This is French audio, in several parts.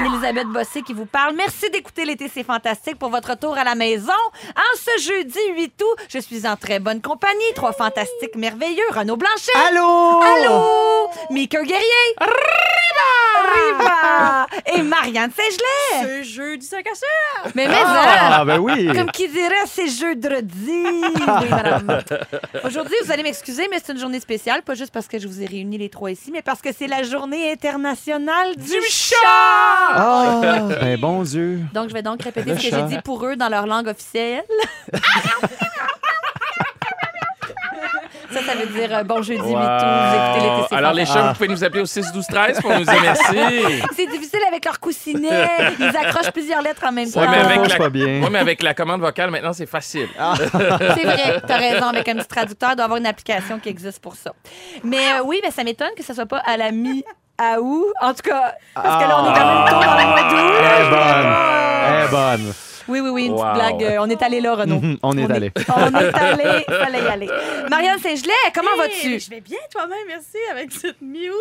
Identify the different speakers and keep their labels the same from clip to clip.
Speaker 1: Anne-Elisabeth Bossé qui vous parle. Merci d'écouter l'été, c'est fantastique pour votre retour à la maison. En ce jeudi 8 août, je suis en très bonne compagnie. Trois fantastiques merveilleux. Renaud Blanchet.
Speaker 2: Allô?
Speaker 1: Allô? Mika Guerrier. Riva! Et Marianne Segelet.
Speaker 3: Ce jeu du 5 à
Speaker 1: Mais mais
Speaker 2: Ah,
Speaker 1: hein,
Speaker 2: ben oui.
Speaker 1: Comme qui dirait, c'est jeudi. Oui, madame. Aujourd'hui, vous allez m'excuser, mais c'est une journée spéciale, pas juste parce que je vous ai réunis les trois ici, mais parce que c'est la journée internationale du chat.
Speaker 2: Ah, ben bon Dieu.
Speaker 1: Donc, je vais donc répéter
Speaker 2: Le
Speaker 1: ce que j'ai
Speaker 2: chat.
Speaker 1: dit pour eux dans leur langue officielle. ça, ça veut dire euh, bon jeudi,
Speaker 4: Wow.
Speaker 1: wow. écoutez l'été, c'est
Speaker 4: Alors, les
Speaker 1: fantastique.
Speaker 4: chats, vous pouvez nous appeler au 6-12-13 pour nous dire merci.
Speaker 1: Ah, C'est difficile avec leur coussinet. Ils accrochent plusieurs lettres en même
Speaker 2: Ça
Speaker 1: temps.
Speaker 4: mais avec
Speaker 2: compose
Speaker 4: la-
Speaker 2: pas bien.
Speaker 4: Oui, mais avec la commande vocale, maintenant, c'est facile.
Speaker 2: Ah.
Speaker 1: C'est vrai, t'as raison. Avec un petit traducteur, il doit avoir une application qui existe pour ça. Mais euh, oui, ben, ça m'étonne que ça soit pas à la mi août. En tout cas, parce que là, on est quand même tôt dans le mois d'août.
Speaker 2: Eh bonne. Eh bonne.
Speaker 1: Oui, oui, oui, une
Speaker 4: Ah. ben. Wow. Mm-hmm.
Speaker 1: petite blague. Euh, On est allé là, Renaud.
Speaker 2: Mhm, on est allé.
Speaker 1: On est allé, fallait y aller. Marianne Saint-Gelais, comment vas-tu?
Speaker 3: Je vais bien toi-même, merci, avec cette miou.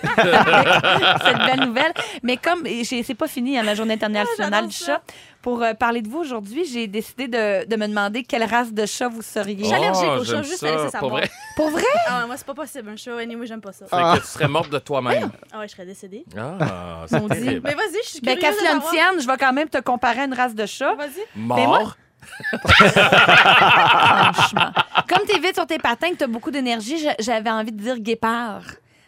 Speaker 1: cette belle nouvelle. Mais comme j'ai- c'est pas fini, hein, la journée internationale
Speaker 3: Ah, j'adore
Speaker 1: du
Speaker 3: ça.
Speaker 1: chat, pour euh, parler de vous aujourd'hui, j'ai décidé de, de me demander quelle race de chat vous seriez.
Speaker 3: suis allergique
Speaker 4: Oh,
Speaker 3: aux chats,
Speaker 4: j'aime
Speaker 3: juste
Speaker 4: ça,
Speaker 3: à laisser ça
Speaker 4: pour
Speaker 3: mort.
Speaker 4: vrai.
Speaker 1: Pour vrai?
Speaker 3: Ah, moi, c'est pas possible, un show, anyway, j'aime pas ça.
Speaker 1: Ah.
Speaker 4: Fait que tu serais morte de toi-même.
Speaker 3: Ah ouais, je serais décédée.
Speaker 4: Ah,
Speaker 1: Mon
Speaker 4: c'est
Speaker 1: Dieu.
Speaker 4: terrible.
Speaker 3: Mais vas-y, je suis
Speaker 1: Ben, qu'à
Speaker 3: curieuse de
Speaker 1: cela ne
Speaker 3: savoir.
Speaker 1: tienne, je vais quand même te comparer à une race de chat.
Speaker 3: Vas-y.
Speaker 1: Mais moi-
Speaker 4: Mort?
Speaker 1: Franchement. Comme t'es vite sur tes patins, que t'as beaucoup d'énergie, j'a- j'avais envie de dire guépard.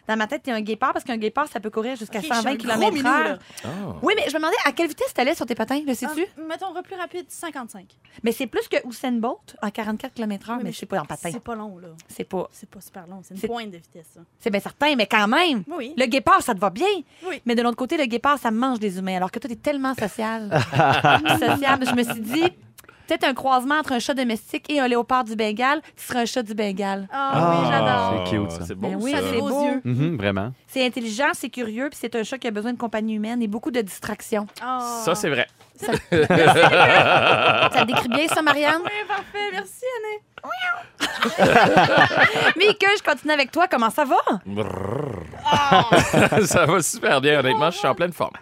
Speaker 1: Dans ma tête, t'es un guépard parce qu'un guépard, ça peut courir jusqu'à
Speaker 3: Ok, je suis
Speaker 1: 120
Speaker 3: un gros
Speaker 1: km/h.
Speaker 3: minou, là.
Speaker 4: Ah.
Speaker 1: Oui, mais je me demandais à quelle vitesse t'allais sur tes patins, le sais-tu?
Speaker 3: Ah, mettons, re plus rapide, 55.
Speaker 1: Mais c'est plus que Usain Bolt en 44 km/h, Ah, mais,
Speaker 3: mais
Speaker 1: je sais pas en patin.
Speaker 3: C'est pas long, là.
Speaker 1: C'est pas.
Speaker 3: C'est pas super long, c'est une
Speaker 1: C'est-
Speaker 3: pointe de vitesse, ça.
Speaker 1: C'est bien certain, mais quand même.
Speaker 3: Oui.
Speaker 1: Le guépard, ça te va bien.
Speaker 3: Oui.
Speaker 1: Mais de l'autre côté, le guépard, ça mange des humains. Alors que toi, t'es tellement social. sociable. Je me suis dit, peut-être un croisement entre un chat domestique et un léopard du Bengale, tu serais un chat du Bengale.
Speaker 3: Ah,
Speaker 2: Ah.
Speaker 3: oui,
Speaker 2: C'est
Speaker 3: j'adore.
Speaker 2: cute, ça.
Speaker 4: C'est beau,
Speaker 1: Ben oui,
Speaker 4: ça.
Speaker 1: c'est
Speaker 3: Des beaux
Speaker 1: beau.
Speaker 3: yeux.
Speaker 2: Mhm, vraiment.
Speaker 1: C'est intelligent, c'est curieux, puis c'est un chat qui a besoin de compagnie humaine et beaucoup de distractions.
Speaker 3: Ah.
Speaker 4: Ça, c'est vrai.
Speaker 1: Ça décrit bien ça, Marianne?
Speaker 3: Oui, parfait, merci, Anne.
Speaker 1: Mika, je continue avec toi. Comment ça va?
Speaker 4: ça va super bien, honnêtement. Je suis en pleine forme.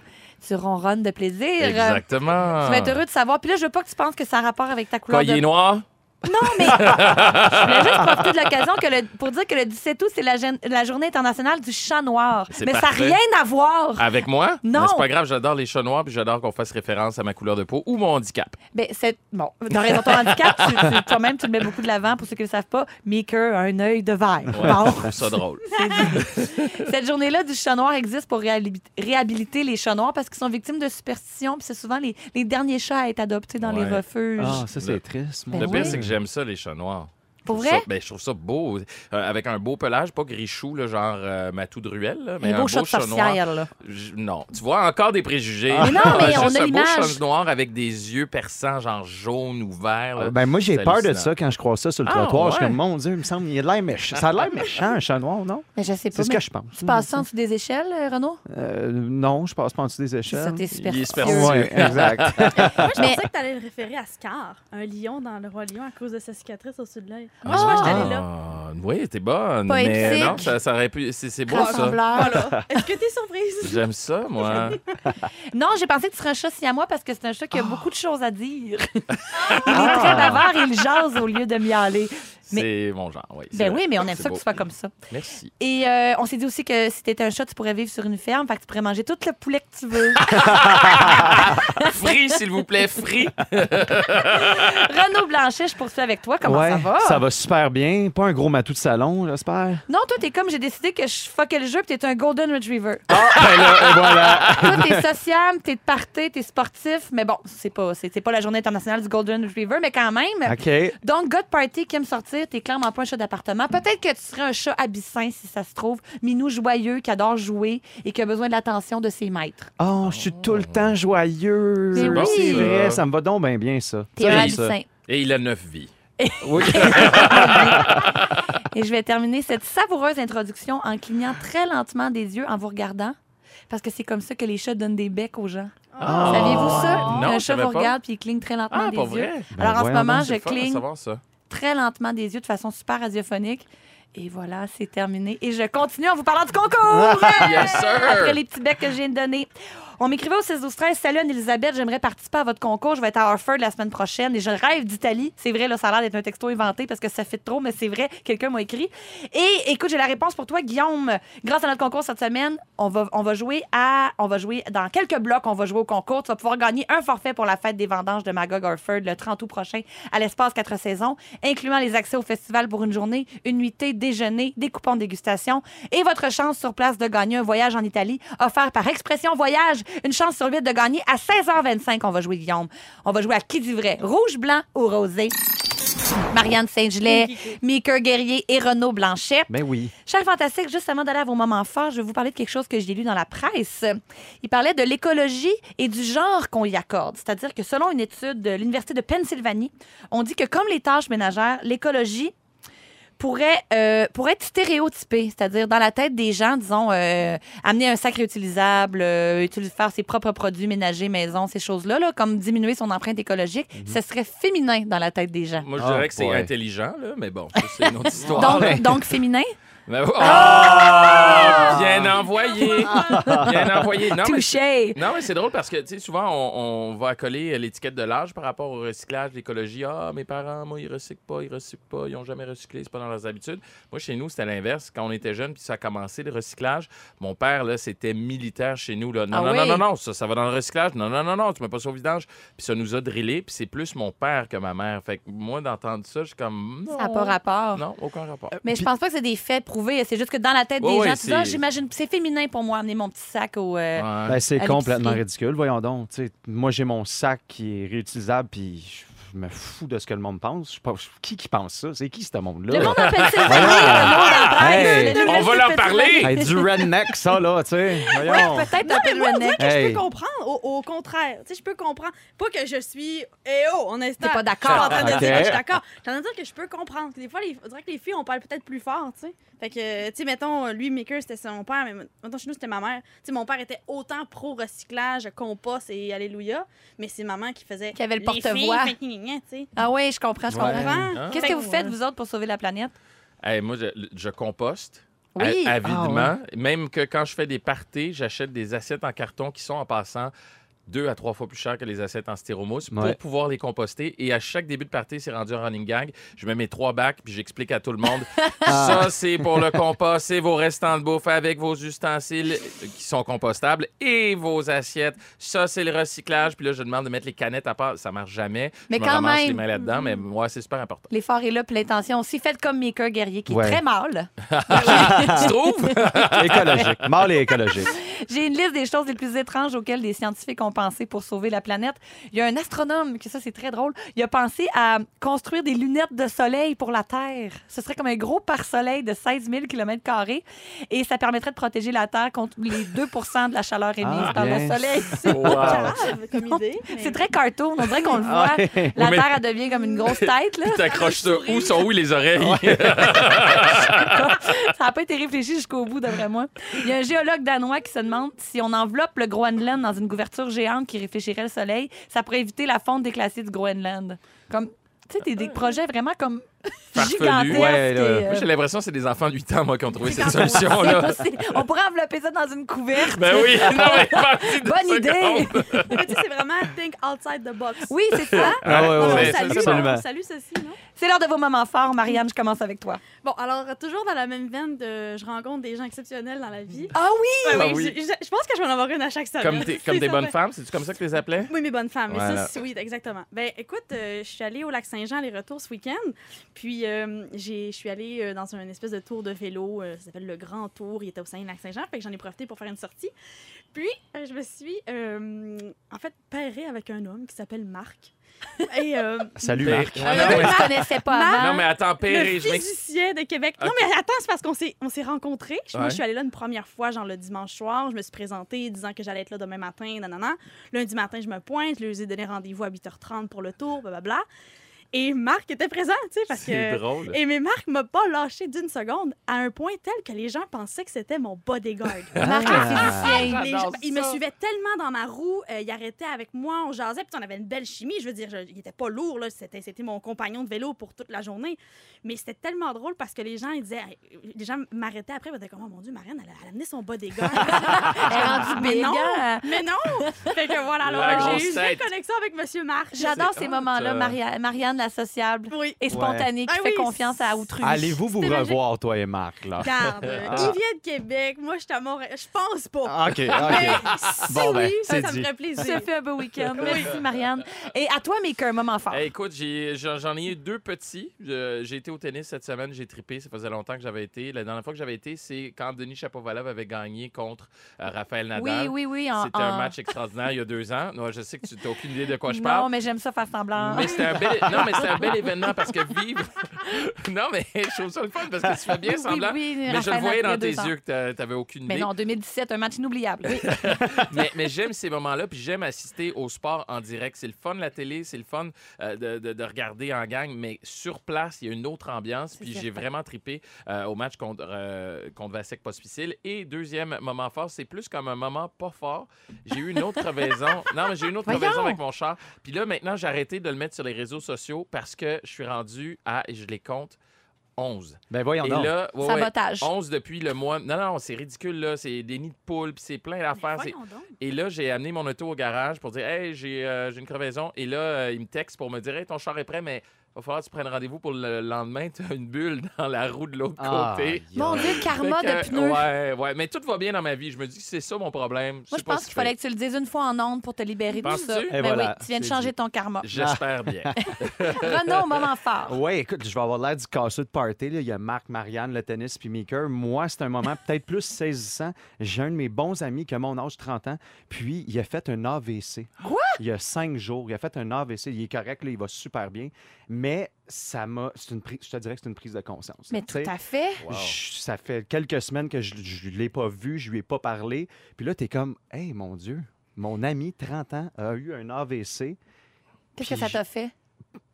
Speaker 1: Tu ronronnes de plaisir.
Speaker 4: Exactement.
Speaker 1: Tu vas être heureux de savoir. Puis là, je veux pas que tu penses que ça a rapport avec ta couleur
Speaker 4: Quoi, il
Speaker 1: de
Speaker 4: est noir?
Speaker 1: Non, mais je voulais juste profiter de l'occasion que le- pour dire que le 17 août, c'est la, gen- la journée internationale du chat noir.
Speaker 4: C'est
Speaker 1: Mais ça
Speaker 4: parfait. Ah.
Speaker 1: n'a rien à voir.
Speaker 4: Avec moi?
Speaker 1: Non.
Speaker 4: Mais C'est pas grave, j'adore les chats noirs puis j'adore qu'on fasse référence à ma couleur de peau ou mon handicap.
Speaker 1: Ben, c'est... Bon, dans raison de ton handicap, tu- tu- toi-même, tu le mets beaucoup de l'avant. Pour ceux qui ne le savent pas, Maker a un œil de verre.
Speaker 4: Ouais,
Speaker 1: Bon.
Speaker 4: Je trouve ça drôle.
Speaker 1: Cette journée-là du chat noir existe pour réhabi- réhabiliter les chats noirs parce qu'ils sont victimes de superstitions. Puis c'est souvent les, les derniers chats à être adoptés dans les
Speaker 4: Ouais.
Speaker 1: refuges.
Speaker 2: Ah, ça, c'est
Speaker 4: Le-
Speaker 2: triste.
Speaker 1: Ben
Speaker 2: Mon
Speaker 4: Le
Speaker 1: oui.
Speaker 4: pire, c'est que j'aime ça, les chats noirs.
Speaker 1: pour
Speaker 4: Je trouve
Speaker 1: vrai?
Speaker 4: ça- ben, je trouve ça beau, Euh, avec un beau pelage, pas gris chou, là, genre euh, matou de ruelle, là, mais
Speaker 1: Un beau chat de
Speaker 4: chat noir.
Speaker 1: sorcière, là.
Speaker 4: J- Non, tu vois encore des préjugés.
Speaker 1: Ah. Mais non, mais
Speaker 4: Juste
Speaker 1: on a
Speaker 4: un beau
Speaker 1: l'image.
Speaker 4: chat noir avec des yeux perçants, genre jaune ou vert. là.
Speaker 2: Ben moi j'ai
Speaker 4: C'est
Speaker 2: peur de
Speaker 4: hallucinant.
Speaker 2: ça quand je crois ça sur le
Speaker 4: Ah,
Speaker 2: trottoir. Je suis
Speaker 4: ouais.
Speaker 2: comme mon Dieu, il me semble il a de l'air méchant. Ça a l'air méchant un chat noir, non
Speaker 1: Mais je sais pas.
Speaker 2: C'est ce
Speaker 1: mais
Speaker 2: que je pense.
Speaker 1: Tu passes ça en
Speaker 4: Mmh,
Speaker 1: dessous des échelles, euh, Renaud?
Speaker 2: Euh, non, je passe pas en dessous des
Speaker 1: C'est ça,
Speaker 2: échelles.
Speaker 1: t'es
Speaker 4: Il est
Speaker 1: superstitieux.
Speaker 4: superstitieux.
Speaker 2: Ouais, exact.
Speaker 3: Moi, je
Speaker 1: Ah. Mais-
Speaker 3: pensais que t'allais le référer à Scar, un lion dans Le Roi Lion à cause de sa cicatrice au-dessus de l'œil. Moi, je pense que je t'allais là.
Speaker 4: Ah, oui, t'es bonne. Mais
Speaker 1: Poétique.
Speaker 4: non, ça, ça aurait pu. C'est c'est beau, ça.
Speaker 1: Rassembleur.
Speaker 3: Voilà. Est-ce que t'es surprise?
Speaker 4: J'aime ça, moi.
Speaker 1: Non, j'ai pensé que tu serais un chat siamois parce que c'est un chat
Speaker 4: Ah.
Speaker 1: qui a beaucoup de choses à dire. il est très bavard et il jase au lieu de miauler. Mais-
Speaker 4: C'est mon genre, oui. c'est
Speaker 1: Ben
Speaker 4: vrai. Ah,
Speaker 1: oui, mais on aime ça
Speaker 4: C'est
Speaker 1: que
Speaker 4: beau.
Speaker 1: tu sois comme ça.
Speaker 4: Merci.
Speaker 1: Et euh, on s'est dit aussi que si t'étais un chat, tu pourrais vivre sur une ferme, fait que tu pourrais manger tout le poulet que tu veux.
Speaker 4: Free, s'il vous plaît, free.
Speaker 1: Renaud Blanchet, je poursuis avec toi. Comment
Speaker 2: Ouais,
Speaker 1: ça va?
Speaker 2: Ça va super bien. Pas un gros matou de salon, j'espère.
Speaker 1: Non, toi, t'es comme j'ai décidé que je fuckais le jeu puis t'es un Golden Retriever.
Speaker 4: Ah.
Speaker 2: Ben là, et voilà.
Speaker 1: toi, t'es sociable, t'es de party, t'es sportif, mais bon, c'est pas, c'est, c'est pas la journée internationale du Golden Retriever, mais quand même.
Speaker 2: OK.
Speaker 1: Donc, gars de party qui aime sortir, t'es clairement pas un chat d'appartement. Peut-être que tu serais un chat abyssin, si ça se trouve. Minou joyeux, qui adore jouer et qui a besoin de l'attention de ses maîtres.
Speaker 2: Oh, je suis tout le temps joyeux.
Speaker 1: C'est bon,
Speaker 2: C'est
Speaker 1: ça.
Speaker 2: vrai, ça me va donc bien bien ça.
Speaker 1: T'es
Speaker 2: Ça,
Speaker 1: un
Speaker 2: j'aime ça.
Speaker 1: abyssin. Ah
Speaker 4: Et il a neuf vies.
Speaker 2: Oui.
Speaker 1: Et je vais terminer cette savoureuse introduction en clignant très lentement des yeux en vous regardant. Parce que c'est comme ça que les chats donnent des becs aux gens.
Speaker 4: Ah.
Speaker 1: Saviez-vous ça?
Speaker 4: Non,
Speaker 1: un chat
Speaker 4: je savais
Speaker 1: vous
Speaker 4: pas.
Speaker 1: regarde puis il cligne très lentement
Speaker 4: Ah,
Speaker 1: des
Speaker 4: pour
Speaker 1: yeux.
Speaker 4: vrai?
Speaker 2: Ben
Speaker 1: Alors en ce
Speaker 2: voyons
Speaker 1: moment,
Speaker 2: donc,
Speaker 1: Ah, je
Speaker 4: C'est fun à
Speaker 1: cligne
Speaker 4: savoir ça.
Speaker 1: très lentement des yeux de façon super radiophonique. Et voilà, c'est terminé. Et je continue en vous parlant du concours!
Speaker 4: Yes, sir.
Speaker 1: Après les petits becs que je viens de donner. On m'écrivait au 16 12 13 Salut Anne-Elisabeth, j'aimerais participer à votre concours. Je vais être à Hartford la semaine prochaine et je rêve d'Italie. C'est vrai, là, ça a l'air d'être un texto inventé parce que ça fait trop, mais c'est vrai, quelqu'un m'a écrit. Et écoute, j'ai la réponse pour toi, Guillaume. Grâce à notre concours cette semaine, on va, on va jouer à. On va jouer dans quelques blocs, on va jouer au concours. Tu vas pouvoir gagner un forfait pour la fête des vendanges de Magog Hartford le 30 août prochain à l'espace 4 saisons, incluant les accès au festival pour une journée, une nuitée, déjeuner, des coupons de dégustation et votre chance sur place de gagner un voyage en Italie offert par Expression Voyage. Une chance sur 8 de gagner à 16h25. On va jouer, Guillaume. On va jouer à qui dit vrai? Rouge, blanc ou rosé? Marianne Saint-Gelais, Meeker Guerrier et Renaud Blanchet.
Speaker 2: Ben oui.
Speaker 1: Cher Fantastique, juste avant d'aller à vos moments forts, je vais vous parler de quelque chose que j'ai lu dans la presse. Il parlait de l'écologie et du genre qu'on y accorde. C'est-à-dire que selon une étude de l'Université de Pennsylvanie, on dit que comme les tâches ménagères, l'écologie pourrait, euh, pourrait être stéréotypée. C'est-à-dire dans la tête des gens, disons, euh, amener un sac réutilisable, euh, utili- faire ses propres produits ménagers, maison, ces choses-là, là, comme diminuer son empreinte écologique,
Speaker 4: Mhm.
Speaker 1: ce serait féminin dans la tête des gens.
Speaker 4: Moi, je
Speaker 2: Ah,
Speaker 4: dirais que c'est
Speaker 2: ouais.
Speaker 4: intelligent, là, mais bon, ça, c'est une autre histoire.
Speaker 1: Donc, Ah! donc féminin,
Speaker 4: Mais- oh!
Speaker 1: Ah!
Speaker 4: Bien envoyé! Bien envoyé. Non, mais
Speaker 1: touché.
Speaker 4: Non, mais c'est drôle parce que, tu sais, souvent, on, on va accoler l'étiquette de l'âge par rapport au recyclage, l'écologie. Ah, mes parents, moi, ils recyclent pas, ils recyclent pas, ils ont jamais recyclé, c'est pas dans leurs habitudes. Moi, chez nous, c'était l'inverse. Quand on était jeune, puis ça a commencé le recyclage, mon père, là, c'était militaire chez nous. Là. Non,
Speaker 1: Ah
Speaker 4: non, non,
Speaker 1: oui?
Speaker 4: non, non, ça, ça va dans le recyclage. Non, non, non, non, tu mets pas ça au vidange. Puis ça nous a drillé, puis c'est plus mon père que ma mère. Fait que moi, d'entendre ça, je suis comme. Non,
Speaker 1: Ça n'a pas rapport.
Speaker 4: Non, aucun rapport.
Speaker 1: Mais je pense pas que c'est des faits prouvés. C'est juste que dans la tête
Speaker 4: Ouais,
Speaker 1: des
Speaker 4: ouais,
Speaker 1: gens, tu dis,
Speaker 4: c'est- Ah,
Speaker 1: Ah, j'imagine, c'est féminin pour moi, amener mon petit sac au. euh,
Speaker 4: Ouais.
Speaker 2: Ben, c'est
Speaker 1: À
Speaker 2: complètement
Speaker 1: l'épicerie.
Speaker 2: ridicule. Voyons donc. tu sais, moi, j'ai mon sac qui est réutilisable, puis je me fous de ce que le monde pense. Je pense- qui qui pense ça? C'est qui, ce monde-là?
Speaker 1: Le monde en Pennsylvanie,
Speaker 2: Voilà.
Speaker 1: le monde en Bresse, le-
Speaker 2: Hey.
Speaker 1: le
Speaker 4: On
Speaker 1: reste
Speaker 4: va
Speaker 1: de
Speaker 4: leur
Speaker 1: Pennsylvanie.
Speaker 4: parler!
Speaker 2: Hey, du redneck, ça, là, tu sais. Voyons.
Speaker 1: Peut-être
Speaker 3: Non,
Speaker 1: un
Speaker 3: mais
Speaker 1: peu
Speaker 3: moi, on dirait
Speaker 1: redneck.
Speaker 3: que je
Speaker 2: Hey.
Speaker 3: peux comprendre. Au, au contraire, tu sais, je peux comprendre. Pas que je suis. Eh oh, on est
Speaker 1: T'es pas
Speaker 3: Je suis pas en
Speaker 1: d'accord. hein?
Speaker 3: train de
Speaker 2: Ok.
Speaker 3: dire que je suis d'accord. Je suis en train de dire que je peux comprendre. Des fois, les, on dirait que les filles, on parle peut-être plus fort, tu sais. Fait que, tu sais, mettons, lui, Maker, c'était son père, mais mettons, chez nous, c'était ma mère. Tu sais, mon père était autant pro-recyclage, compost et alléluia, mais c'est maman qui faisait.
Speaker 1: Qui avait le
Speaker 3: les
Speaker 1: porte-voix.
Speaker 3: filles, fait gna, gna, gna, tu sais.
Speaker 1: Ah oui, je comprends, je
Speaker 2: Ouais. Ah.
Speaker 1: comprends.
Speaker 3: Comprends?
Speaker 4: Hein?
Speaker 1: Qu'est-ce que vous faites, vous autres, pour sauver la planète?
Speaker 4: Hey, moi, je, je composte. a-
Speaker 1: Oui. Ah,
Speaker 4: avidement. Même que quand je fais des parties, j'achète des assiettes en carton qui sont en passant deux à trois fois plus cher que les assiettes en styromousse
Speaker 2: Ouais.
Speaker 4: pour pouvoir les composter. Et à chaque début de partie, c'est rendu en running gag. Je mets mes trois bacs puis j'explique à tout le monde
Speaker 1: Ah.
Speaker 2: Ah,
Speaker 4: ça, c'est pour le compost, c'est vos restants de bouffe avec vos ustensiles qui sont compostables et vos assiettes. Ça, c'est le recyclage. Puis là, je demande de mettre les canettes à part. Ça marche jamais.
Speaker 1: Mais
Speaker 4: je
Speaker 1: quand
Speaker 4: me ramasse
Speaker 1: même. Mm-hmm.
Speaker 4: les mains là-dedans, mais moi, c'est super important.
Speaker 1: L'effort est là, puis l'intention aussi. Faites comme Maker Guerrier, qui
Speaker 2: Ouais.
Speaker 1: est très mâle.
Speaker 4: tu trouves?
Speaker 2: écologique. Mâle et écologique.
Speaker 1: J'ai une liste des choses les plus étranges auxquelles des scientifiques ont pensé pour sauver la planète. Il y a un astronome, que ça c'est très drôle, il a pensé à construire des lunettes de soleil pour la Terre. Ce serait comme un gros pare-soleil de 16 000 km et ça permettrait de protéger la Terre contre les 2 de la chaleur émise
Speaker 2: Ah,
Speaker 1: par le
Speaker 2: bien.
Speaker 1: soleil.
Speaker 3: Grave comme idée. mais-
Speaker 1: C'est très cartoon, on dirait qu'on le voit.
Speaker 2: Ah, Ouais.
Speaker 1: La
Speaker 4: Oui, mais-
Speaker 1: Terre, elle devient comme une grosse tête. Là.
Speaker 4: T'accroches ça. Où sont où les oreilles?
Speaker 1: Ça n'a pas été réfléchi jusqu'au bout, d'après moi. Il y a un géologue danois qui se demande si on enveloppe le Groenland dans une couverture géante qui réfléchirait le soleil, ça pourrait éviter la fonte des glaciers du Groenland. Comme, tu sais, t'es des projets vraiment comme
Speaker 4: Euh. Farfelu.
Speaker 1: gigantesques.
Speaker 2: Ouais,
Speaker 1: et,
Speaker 2: là.
Speaker 1: euh, Ah,
Speaker 4: Moi, j'ai l'impression que c'est des enfants de 8 ans, moi, qui ont trouvé cette
Speaker 1: c'est
Speaker 4: solution-là.
Speaker 1: possible. on pourrait envelopper ça dans une couverte.
Speaker 4: Ben oui, non, mais parti de
Speaker 1: Bonne idée.
Speaker 4: seconde.
Speaker 3: Mais tu sais, c'est vraiment think outside the box.
Speaker 1: Oui, c'est ça.
Speaker 2: Ah, ouais,
Speaker 3: On
Speaker 2: ouais, ouais,
Speaker 4: ça,
Speaker 3: salue,
Speaker 2: absolument.
Speaker 3: on salue ceci, non?
Speaker 1: C'est l'heure de vos moments forts. Marianne, je commence avec toi.
Speaker 3: Bon, alors, toujours dans la même veine de je rencontre des gens exceptionnels dans la vie.
Speaker 1: Ah oui!
Speaker 3: Ouais,
Speaker 4: Ah
Speaker 3: oui,
Speaker 4: oui.
Speaker 3: Je, je- je pense que je vais en avoir une à chaque semaine.
Speaker 4: Comme, des- comme
Speaker 3: C'est
Speaker 4: des bonnes
Speaker 3: certain.
Speaker 4: femmes, c'est-tu comme ça que tu les appelais?
Speaker 3: Oui, mes bonnes femmes. Mais
Speaker 4: Voilà.
Speaker 3: ça, c'est- oui, exactement. Ben, écoute, euh, je suis allée au lac Saint-Jean les retours ce week-end. Puis, euh, j'ai- je suis allée euh, dans une espèce de tour de vélo. euh, ça s'appelle le Grand Tour. Il était au sein du lac Saint-Jean. Fait que j'en ai profité pour faire une sortie. Puis, euh, je me suis, euh, en fait, pairée avec un homme qui s'appelle Marc. Et, euh,
Speaker 2: Salut, Marc.
Speaker 1: Je
Speaker 4: Ouais, Ah, non, mais-
Speaker 1: ne connaissais pas avant.
Speaker 4: Non, mais attends,
Speaker 3: le
Speaker 4: Péré, je m'excuse.
Speaker 3: physicien de Québec. Non,
Speaker 4: Ok.
Speaker 3: mais attends, c'est parce qu'on s'est, on s'est rencontrés. Je- Moi,
Speaker 4: Ouais.
Speaker 3: je suis allée là une première fois, genre le dimanche soir. Je me suis présentée disant que j'allais être là demain matin, nanana. Lundi matin, je me pointe. Je lui ai donné rendez-vous à 8h30 pour le tour, blablabla. Et Marc était présent, tu sais, parce
Speaker 4: C'est
Speaker 3: que.
Speaker 4: drôle.
Speaker 3: Et mais Marc m'a pas lâché d'une seconde à un point tel que les gens pensaient que c'était mon bodyguard.
Speaker 1: Marc
Speaker 2: Ah.
Speaker 1: le physicien.
Speaker 3: Les gens-
Speaker 4: J'adore
Speaker 3: il me
Speaker 4: ça.
Speaker 3: suivait tellement dans ma roue, euh, il arrêtait avec moi, on jasait, puis on avait une belle chimie. Je veux dire, je- il était pas lourd, là, c'était, c'était mon compagnon de vélo pour toute la journée. Mais c'était tellement drôle parce que les gens, ils disaient, les gens m'arrêtaient après, ils étaient comme, oh mon Dieu, Marianne, elle a, elle a amené son bas des gars.
Speaker 1: Elle est rendue
Speaker 3: mais
Speaker 1: big,
Speaker 3: non,
Speaker 1: hein?
Speaker 3: mais non! Fait que voilà, alors,
Speaker 4: La
Speaker 3: j'ai eu
Speaker 4: grosse
Speaker 3: une belle
Speaker 4: tête.
Speaker 3: connexion avec Monsieur Marc.
Speaker 1: J'adore
Speaker 4: C'est
Speaker 1: ces
Speaker 4: hot,
Speaker 1: moments-là,
Speaker 4: euh.
Speaker 1: Maria- Marianne la sociable
Speaker 3: Oui.
Speaker 1: et spontanée, qui
Speaker 3: Ah
Speaker 1: fait
Speaker 3: oui,
Speaker 1: confiance à autrui.
Speaker 2: Allez-vous vous
Speaker 3: C'était
Speaker 2: revoir, toi et Marc,
Speaker 4: Ah.
Speaker 2: là?
Speaker 3: Regarde, euh, il vient de Québec, moi, je suis à Montréal. Je pense pas.
Speaker 2: OK,
Speaker 4: Ah,
Speaker 3: Mais
Speaker 2: OK.
Speaker 3: si
Speaker 2: Bon, ben,
Speaker 3: oui, ça,
Speaker 2: c'est
Speaker 3: ça me
Speaker 2: dit.
Speaker 3: ferait
Speaker 1: Ça
Speaker 3: plaisir.
Speaker 1: fait un beau week-end. Merci, Marianne. Et à toi, Maker, un moment fort.
Speaker 4: Eh, écoute, j'ai- j'en j'en ai eu deux petits. Euh, j'ai été au tennis cette semaine, j'ai trippé. Ça faisait longtemps que j'avais été. La dernière fois que j'avais été, c'est quand Denis Chapovalov avait gagné contre euh, Raphaël
Speaker 1: oui,
Speaker 4: Nadal.
Speaker 1: oui, oui. en-
Speaker 4: C'était
Speaker 1: en-
Speaker 4: un match extraordinaire il y a deux ans. Non, je sais que tu n'as aucune idée de quoi je
Speaker 1: non,
Speaker 4: parle.
Speaker 1: mais j'aime ça faire semblant.
Speaker 4: Mais c'était un bel... Non, mais c'était un bel événement parce que vivre. non, mais je trouve ça le fun parce que tu fais bien
Speaker 1: Oui,
Speaker 4: semblant.
Speaker 1: oui,
Speaker 4: mais je le
Speaker 1: Raphaël
Speaker 4: voyais
Speaker 1: Nadal,
Speaker 4: dans
Speaker 1: il y a
Speaker 4: tes
Speaker 1: deux ans.
Speaker 4: yeux que tu n'avais aucune idée.
Speaker 1: Mais non, 2017, un match inoubliable. Oui.
Speaker 4: mais, mais j'aime ces moments-là, puis j'aime assister au sport en direct. C'est le fun la télé, c'est le fun euh, de, de- de regarder en gang, mais sur place, il y a une autre ambiance. Puis j'ai
Speaker 1: certain.
Speaker 4: vraiment tripé euh, au match contre, euh, contre Vasek Pospisil. Et deuxième moment fort, c'est plus comme un moment pas fort. J'ai eu une autre crevaison. Non, mais j'ai eu une autre
Speaker 1: Voyons!
Speaker 4: crevaison avec mon char. Puis là, maintenant, j'ai arrêté de le mettre sur les réseaux sociaux parce que je suis rendu à, et je les compte, 11.
Speaker 2: Ben voyons
Speaker 4: Et
Speaker 2: donc.
Speaker 4: là, ouais, ouais,
Speaker 1: Sabotage.
Speaker 4: 11 depuis le mois. Non, non, c'est ridicule, là. C'est des nids de poules, puis c'est plein d'affaires. c'est-
Speaker 3: Voyons donc.
Speaker 4: et là, j'ai amené mon auto au garage pour dire Hey, j'ai euh, j'ai une crevaison. Et là, euh, il me texte pour me dire Hey, ton char est prêt, mais va falloir que tu prennes rendez-vous pour le lendemain. Tu as une bulle dans la roue de l'autre
Speaker 2: Ah,
Speaker 4: côté.
Speaker 1: Mon Dieu, karma
Speaker 4: Fait
Speaker 1: de
Speaker 4: que,
Speaker 1: pneus.
Speaker 4: Ouais, ouais. Mais tout va bien dans ma vie. Je me dis que c'est ça mon problème.
Speaker 1: Moi, je pense qu'il fallait que tu le dises une fois en onde pour te libérer de tout
Speaker 4: Penses-tu?
Speaker 1: ça.
Speaker 4: Et
Speaker 1: Ben
Speaker 2: voilà,
Speaker 1: oui, tu viens de
Speaker 2: c'est
Speaker 1: changer
Speaker 2: dit.
Speaker 1: ton karma.
Speaker 4: J'espère bien.
Speaker 1: Renaud, moment fort.
Speaker 2: Oui, écoute, je vais avoir l'air du casseux de party. là. Il y a Marc, Marianne, le tennis, puis Maker. Moi, c'est un moment peut-être plus saisissant. J'ai un de mes bons amis qui a mon âge, 30 ans, puis il a fait un AVC.
Speaker 1: Quoi?
Speaker 2: Il y a cinq jours. Il a fait un AVC. Il est correct, là, il va super bien. Mais ça m'a... c'est Une pri- Je te dirais que c'est une prise de conscience.
Speaker 1: Mais
Speaker 2: Tu
Speaker 1: tout
Speaker 2: sais,
Speaker 1: à fait.
Speaker 4: Wow.
Speaker 2: je- ça fait quelques semaines que je ne l'ai pas vu, je lui ai pas parlé. Puis là, tu es comme, hey, mon Dieu, mon ami, 30 ans, a eu un AVC.
Speaker 1: Qu'est-ce que
Speaker 2: Puis
Speaker 1: ça
Speaker 2: je-
Speaker 1: t'a fait?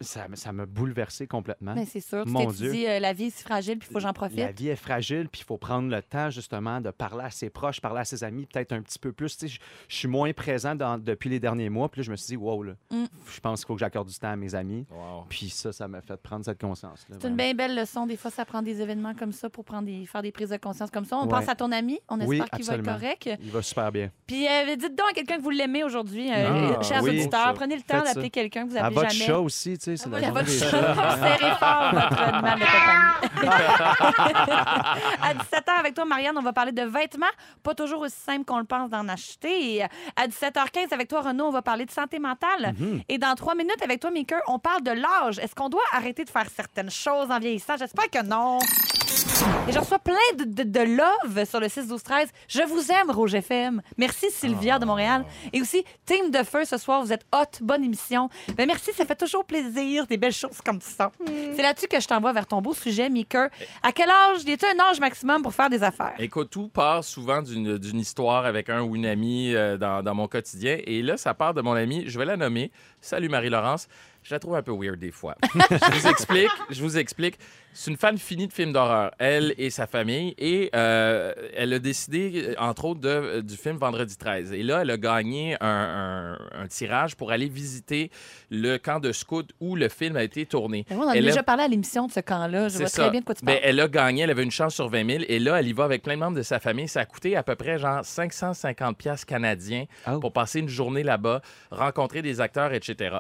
Speaker 2: Ça m- ça m'a bouleversé complètement.
Speaker 1: Mais Ben, c'est sûr. Tu
Speaker 2: hein. Mon
Speaker 1: t'es
Speaker 2: Dieu.
Speaker 1: dit, euh, la vie est si fragile, puis il faut que j'en
Speaker 2: La
Speaker 1: profite.
Speaker 2: vie est fragile, puis il faut prendre le temps justement de parler à ses proches, parler à ses amis, peut-être un petit peu plus. Tu sais, je- je suis moins présent dans- depuis les derniers mois, puis là, je me suis dit, wow, là,
Speaker 1: Mm.
Speaker 2: je pense qu'il faut que j'accorde du temps à mes amis.
Speaker 4: Wow.
Speaker 2: Puis ça, ça m'a fait prendre cette conscience-là.
Speaker 1: C'est une
Speaker 2: vraiment.
Speaker 1: bien belle leçon. Des fois, ça prend des événements comme ça pour prendre des, faire des prises de conscience comme ça. On
Speaker 2: Ouais.
Speaker 1: pense à ton ami. On espère
Speaker 2: Oui,
Speaker 1: qu'il va être
Speaker 2: absolument.
Speaker 1: correct.
Speaker 2: Il va super bien.
Speaker 1: Puis euh, dites donc à quelqu'un que vous l'aimez aujourd'hui, euh,
Speaker 4: Ah,
Speaker 1: chers
Speaker 2: oui.
Speaker 1: auditeurs. Prenez le temps
Speaker 2: Faites ça.
Speaker 1: d'appeler quelqu'un que vous
Speaker 2: À
Speaker 1: appelez
Speaker 2: votre
Speaker 1: jamais.
Speaker 2: chat aussi, tu sais, c'est la
Speaker 1: Puis à
Speaker 2: journée
Speaker 1: votre
Speaker 2: des
Speaker 1: chat,
Speaker 2: chats.
Speaker 1: serrez fort votre animal de compagnie. à 17h, avec toi, Marianne, on va parler de vêtements. Pas toujours aussi simple qu'on le pense d'en acheter. Et euh, à 17h15, avec toi, Renaud, on va parler de santé mentale. Et dans trois minutes, avec toi, Maker, on parle de l'âge. Est-ce qu'on doit arrêter de faire certaines choses en vieillissant? J'espère que non. Et je reçois plein de, de- de love sur le 6-12-13. Je vous aime, Rouge FM. Merci, Sylvia de Montréal. Et aussi, Team de Feu, ce soir, vous êtes hot. Bonne émission. Ben, merci, ça fait toujours plaisir, des belles choses comme ça. C'est là-dessus que je t'envoie vers ton beau sujet, Mika. À quel âge, y a-t-il un âge maximum pour faire des affaires?
Speaker 4: Écoute, tout part souvent d'une d'une histoire avec un ou une amie euh, dans, dans mon quotidien. Et là, ça part de mon amie, je vais la nommer. Salut Marie-Laurence. Je la trouve un peu weird des fois. je vous explique, je vous explique. C'est une fan finie de films d'horreur, elle et sa famille. Et euh, elle a décidé, euh, entre autres, de- euh, du film Vendredi 13. Et là, elle a gagné un, un- un tirage pour aller visiter le camp de scouts où le film a été tourné.
Speaker 1: Ben, on en a
Speaker 4: Elle
Speaker 1: déjà
Speaker 4: a-
Speaker 1: parlé à l'émission de ce camp-là. Je
Speaker 4: C'est
Speaker 1: vois
Speaker 4: ça.
Speaker 1: très bien de quoi tu parles.
Speaker 4: Ben, elle a gagné, elle avait une chance sur 20 000 et là, elle y va avec plein de membres de sa famille. Ça a coûté à peu près genre 550 pièces canadiens
Speaker 2: Oh.
Speaker 4: pour passer une journée là-bas, rencontrer des acteurs, etc.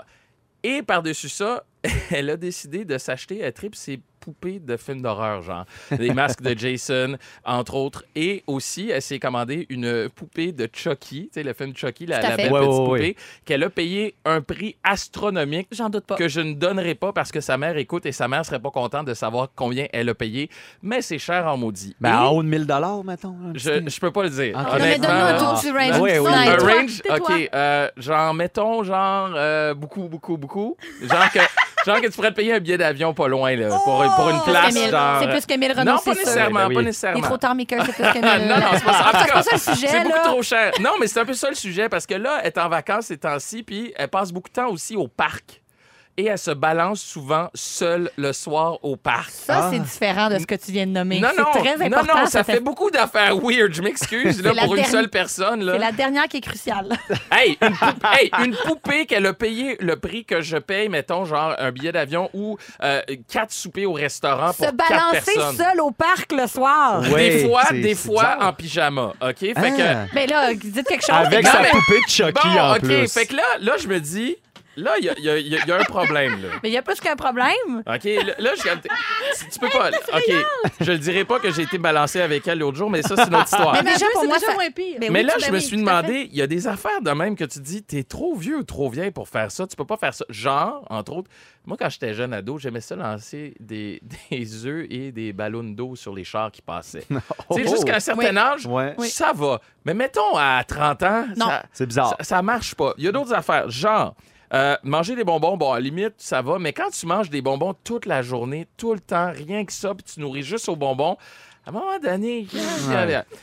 Speaker 4: Et par-dessus ça, elle a décidé de s'acheter à trip ses poupées de films d'horreur, genre des masques de Jason, entre autres. Et aussi, elle s'est commandé une poupée de Chucky, tu sais, le film Chucky, la,
Speaker 1: Tout à
Speaker 4: la
Speaker 1: fait.
Speaker 4: belle
Speaker 2: Ouais,
Speaker 4: petite
Speaker 2: ouais,
Speaker 4: poupée,
Speaker 2: ouais.
Speaker 4: qu'elle a payé un prix astronomique
Speaker 1: J'en doute pas.
Speaker 4: que je ne donnerai pas parce que sa mère écoute et sa mère serait pas contente de savoir combien elle a payé, mais c'est cher en maudit.
Speaker 2: Ben,
Speaker 4: Et
Speaker 2: en haut de 1000 dollars, mettons. là, un
Speaker 4: je,
Speaker 2: petit-
Speaker 4: je peux pas le dire.
Speaker 2: Ok.
Speaker 1: Non, mais
Speaker 4: honnêtement,
Speaker 1: donne-nous un
Speaker 4: là.
Speaker 1: tour du range.
Speaker 2: Ouais, ouais.
Speaker 4: Un
Speaker 1: Tais-toi,
Speaker 4: range,
Speaker 1: tais-toi.
Speaker 4: ok, euh, genre, mettons, genre, euh, beaucoup, beaucoup, beaucoup. Genre que, genre que tu pourrais te payer un billet d'avion pas loin, là, pour, pour une
Speaker 1: Oh! C'est
Speaker 4: place,
Speaker 1: plus que mille.
Speaker 4: genre...
Speaker 1: C'est plus que 1000
Speaker 4: non,
Speaker 1: Renault,
Speaker 4: pas
Speaker 1: c'est sûr.
Speaker 4: nécessairement,
Speaker 2: Ben oui.
Speaker 4: pas
Speaker 1: Il est
Speaker 4: nécessairement.
Speaker 1: trop tard, Maker, c'est plus que 1000
Speaker 4: non, non, c'est pas ça. En tout
Speaker 1: C'est
Speaker 4: cas,
Speaker 1: pas ça le
Speaker 4: C'est
Speaker 1: sujet,
Speaker 4: beaucoup
Speaker 1: là.
Speaker 4: trop cher. Non, mais c'est un peu ça le sujet parce que là, elle est en vacances ces temps-ci, puis elle passe beaucoup de temps aussi au parc. et elle se balance souvent seule le soir au parc.
Speaker 1: Ça,
Speaker 2: Ah.
Speaker 1: c'est différent de ce que tu viens de nommer.
Speaker 4: non, non,
Speaker 1: c'est très
Speaker 4: non,
Speaker 1: important.
Speaker 4: non, ça
Speaker 1: cette
Speaker 4: fait beaucoup d'affaires weird, je m'excuse, là,
Speaker 1: C'est la
Speaker 4: pour une
Speaker 1: dernière-
Speaker 4: seule personne. Là.
Speaker 1: C'est la dernière qui est cruciale.
Speaker 4: Hey, une, pou- hey, une poupée qu'elle a payé le prix que je paye, mettons, genre un billet d'avion ou euh, quatre soupers au restaurant pour
Speaker 1: Se
Speaker 4: quatre
Speaker 1: balancer
Speaker 4: personnes.
Speaker 1: seul au parc le soir.
Speaker 2: Ouais.
Speaker 4: des fois,
Speaker 2: c'est-
Speaker 4: des
Speaker 2: c'est
Speaker 4: fois
Speaker 2: bizarre.
Speaker 4: en pyjama, OK? Fait
Speaker 2: Ah.
Speaker 4: que...
Speaker 1: Mais Ben là, dites quelque chose.
Speaker 2: Avec
Speaker 4: Non,
Speaker 2: sa
Speaker 4: mais-
Speaker 2: poupée de Chucky
Speaker 4: Bon,
Speaker 2: en
Speaker 4: OK,
Speaker 2: plus.
Speaker 4: fait que là, là je me dis... Là, il y a, il y a- il y a- il y a un problème, là.
Speaker 1: Mais il y a plus qu'un problème.
Speaker 4: OK, là, là, je... Tu, tu peux pas... OK, je le dirai pas que j'ai été balancé avec elle l'autre jour, mais ça, c'est une autre histoire.
Speaker 1: Mais déjà,
Speaker 3: Déjà,
Speaker 1: pour
Speaker 3: c'est
Speaker 1: moi,
Speaker 3: déjà
Speaker 1: ça-
Speaker 3: moins pire.
Speaker 1: Mais
Speaker 4: Mais
Speaker 1: oui,
Speaker 4: là,
Speaker 1: tu-
Speaker 4: je
Speaker 1: ben
Speaker 4: me
Speaker 1: oui, tout
Speaker 4: suis
Speaker 1: à fait.
Speaker 4: demandé, il y a des affaires de même que tu dis, t'es trop vieux ou trop vieille pour faire ça, tu peux pas faire ça. Genre, entre autres, moi, quand j'étais jeune ado, j'aimais ça lancer des, des œufs et des ballons d'eau sur les chars qui passaient. Tu sais,
Speaker 2: Oh,
Speaker 4: jusqu'à un certain âge,
Speaker 2: Ouais.
Speaker 1: Oui.
Speaker 4: ça va. Mais mettons, à 30 ans,
Speaker 1: Non.
Speaker 4: ça,
Speaker 2: C'est
Speaker 1: Ah.
Speaker 2: bizarre.
Speaker 4: ça, ça marche pas. Il y a d'autres affaires. Genre, euh, manger des bonbons, bon, à la limite, ça va, mais quand tu manges des bonbons toute la journée, tout le temps, rien que ça, puis tu nourris juste aux bonbons, à un moment donné,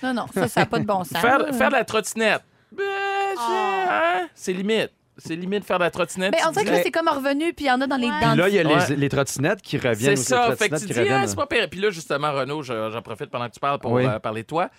Speaker 1: Non, non, ça, ça hein. n'a pas de bon sens.
Speaker 4: faire, faire de la trottinette, ben, je-
Speaker 3: Ah.
Speaker 4: hein, c'est limite. C'est limite faire de la trottinette.
Speaker 1: Mais Ben, on
Speaker 4: tu
Speaker 1: dirait que
Speaker 4: dis-
Speaker 1: là, c'est comme revenu, puis il y en a dans les
Speaker 3: Ouais.
Speaker 1: dents.
Speaker 2: Puis là, il y a les,
Speaker 4: Ouais.
Speaker 2: les trottinettes qui reviennent.
Speaker 4: C'est
Speaker 2: ou les
Speaker 4: ça, fait que
Speaker 2: trottinettes
Speaker 4: tu
Speaker 2: qui
Speaker 4: dis, ah,
Speaker 2: reviennent.
Speaker 4: c'est pas pire. Puis là, justement, Renaud, je- j'en profite pendant que tu parles pour
Speaker 2: Oui.
Speaker 4: euh, parler de toi.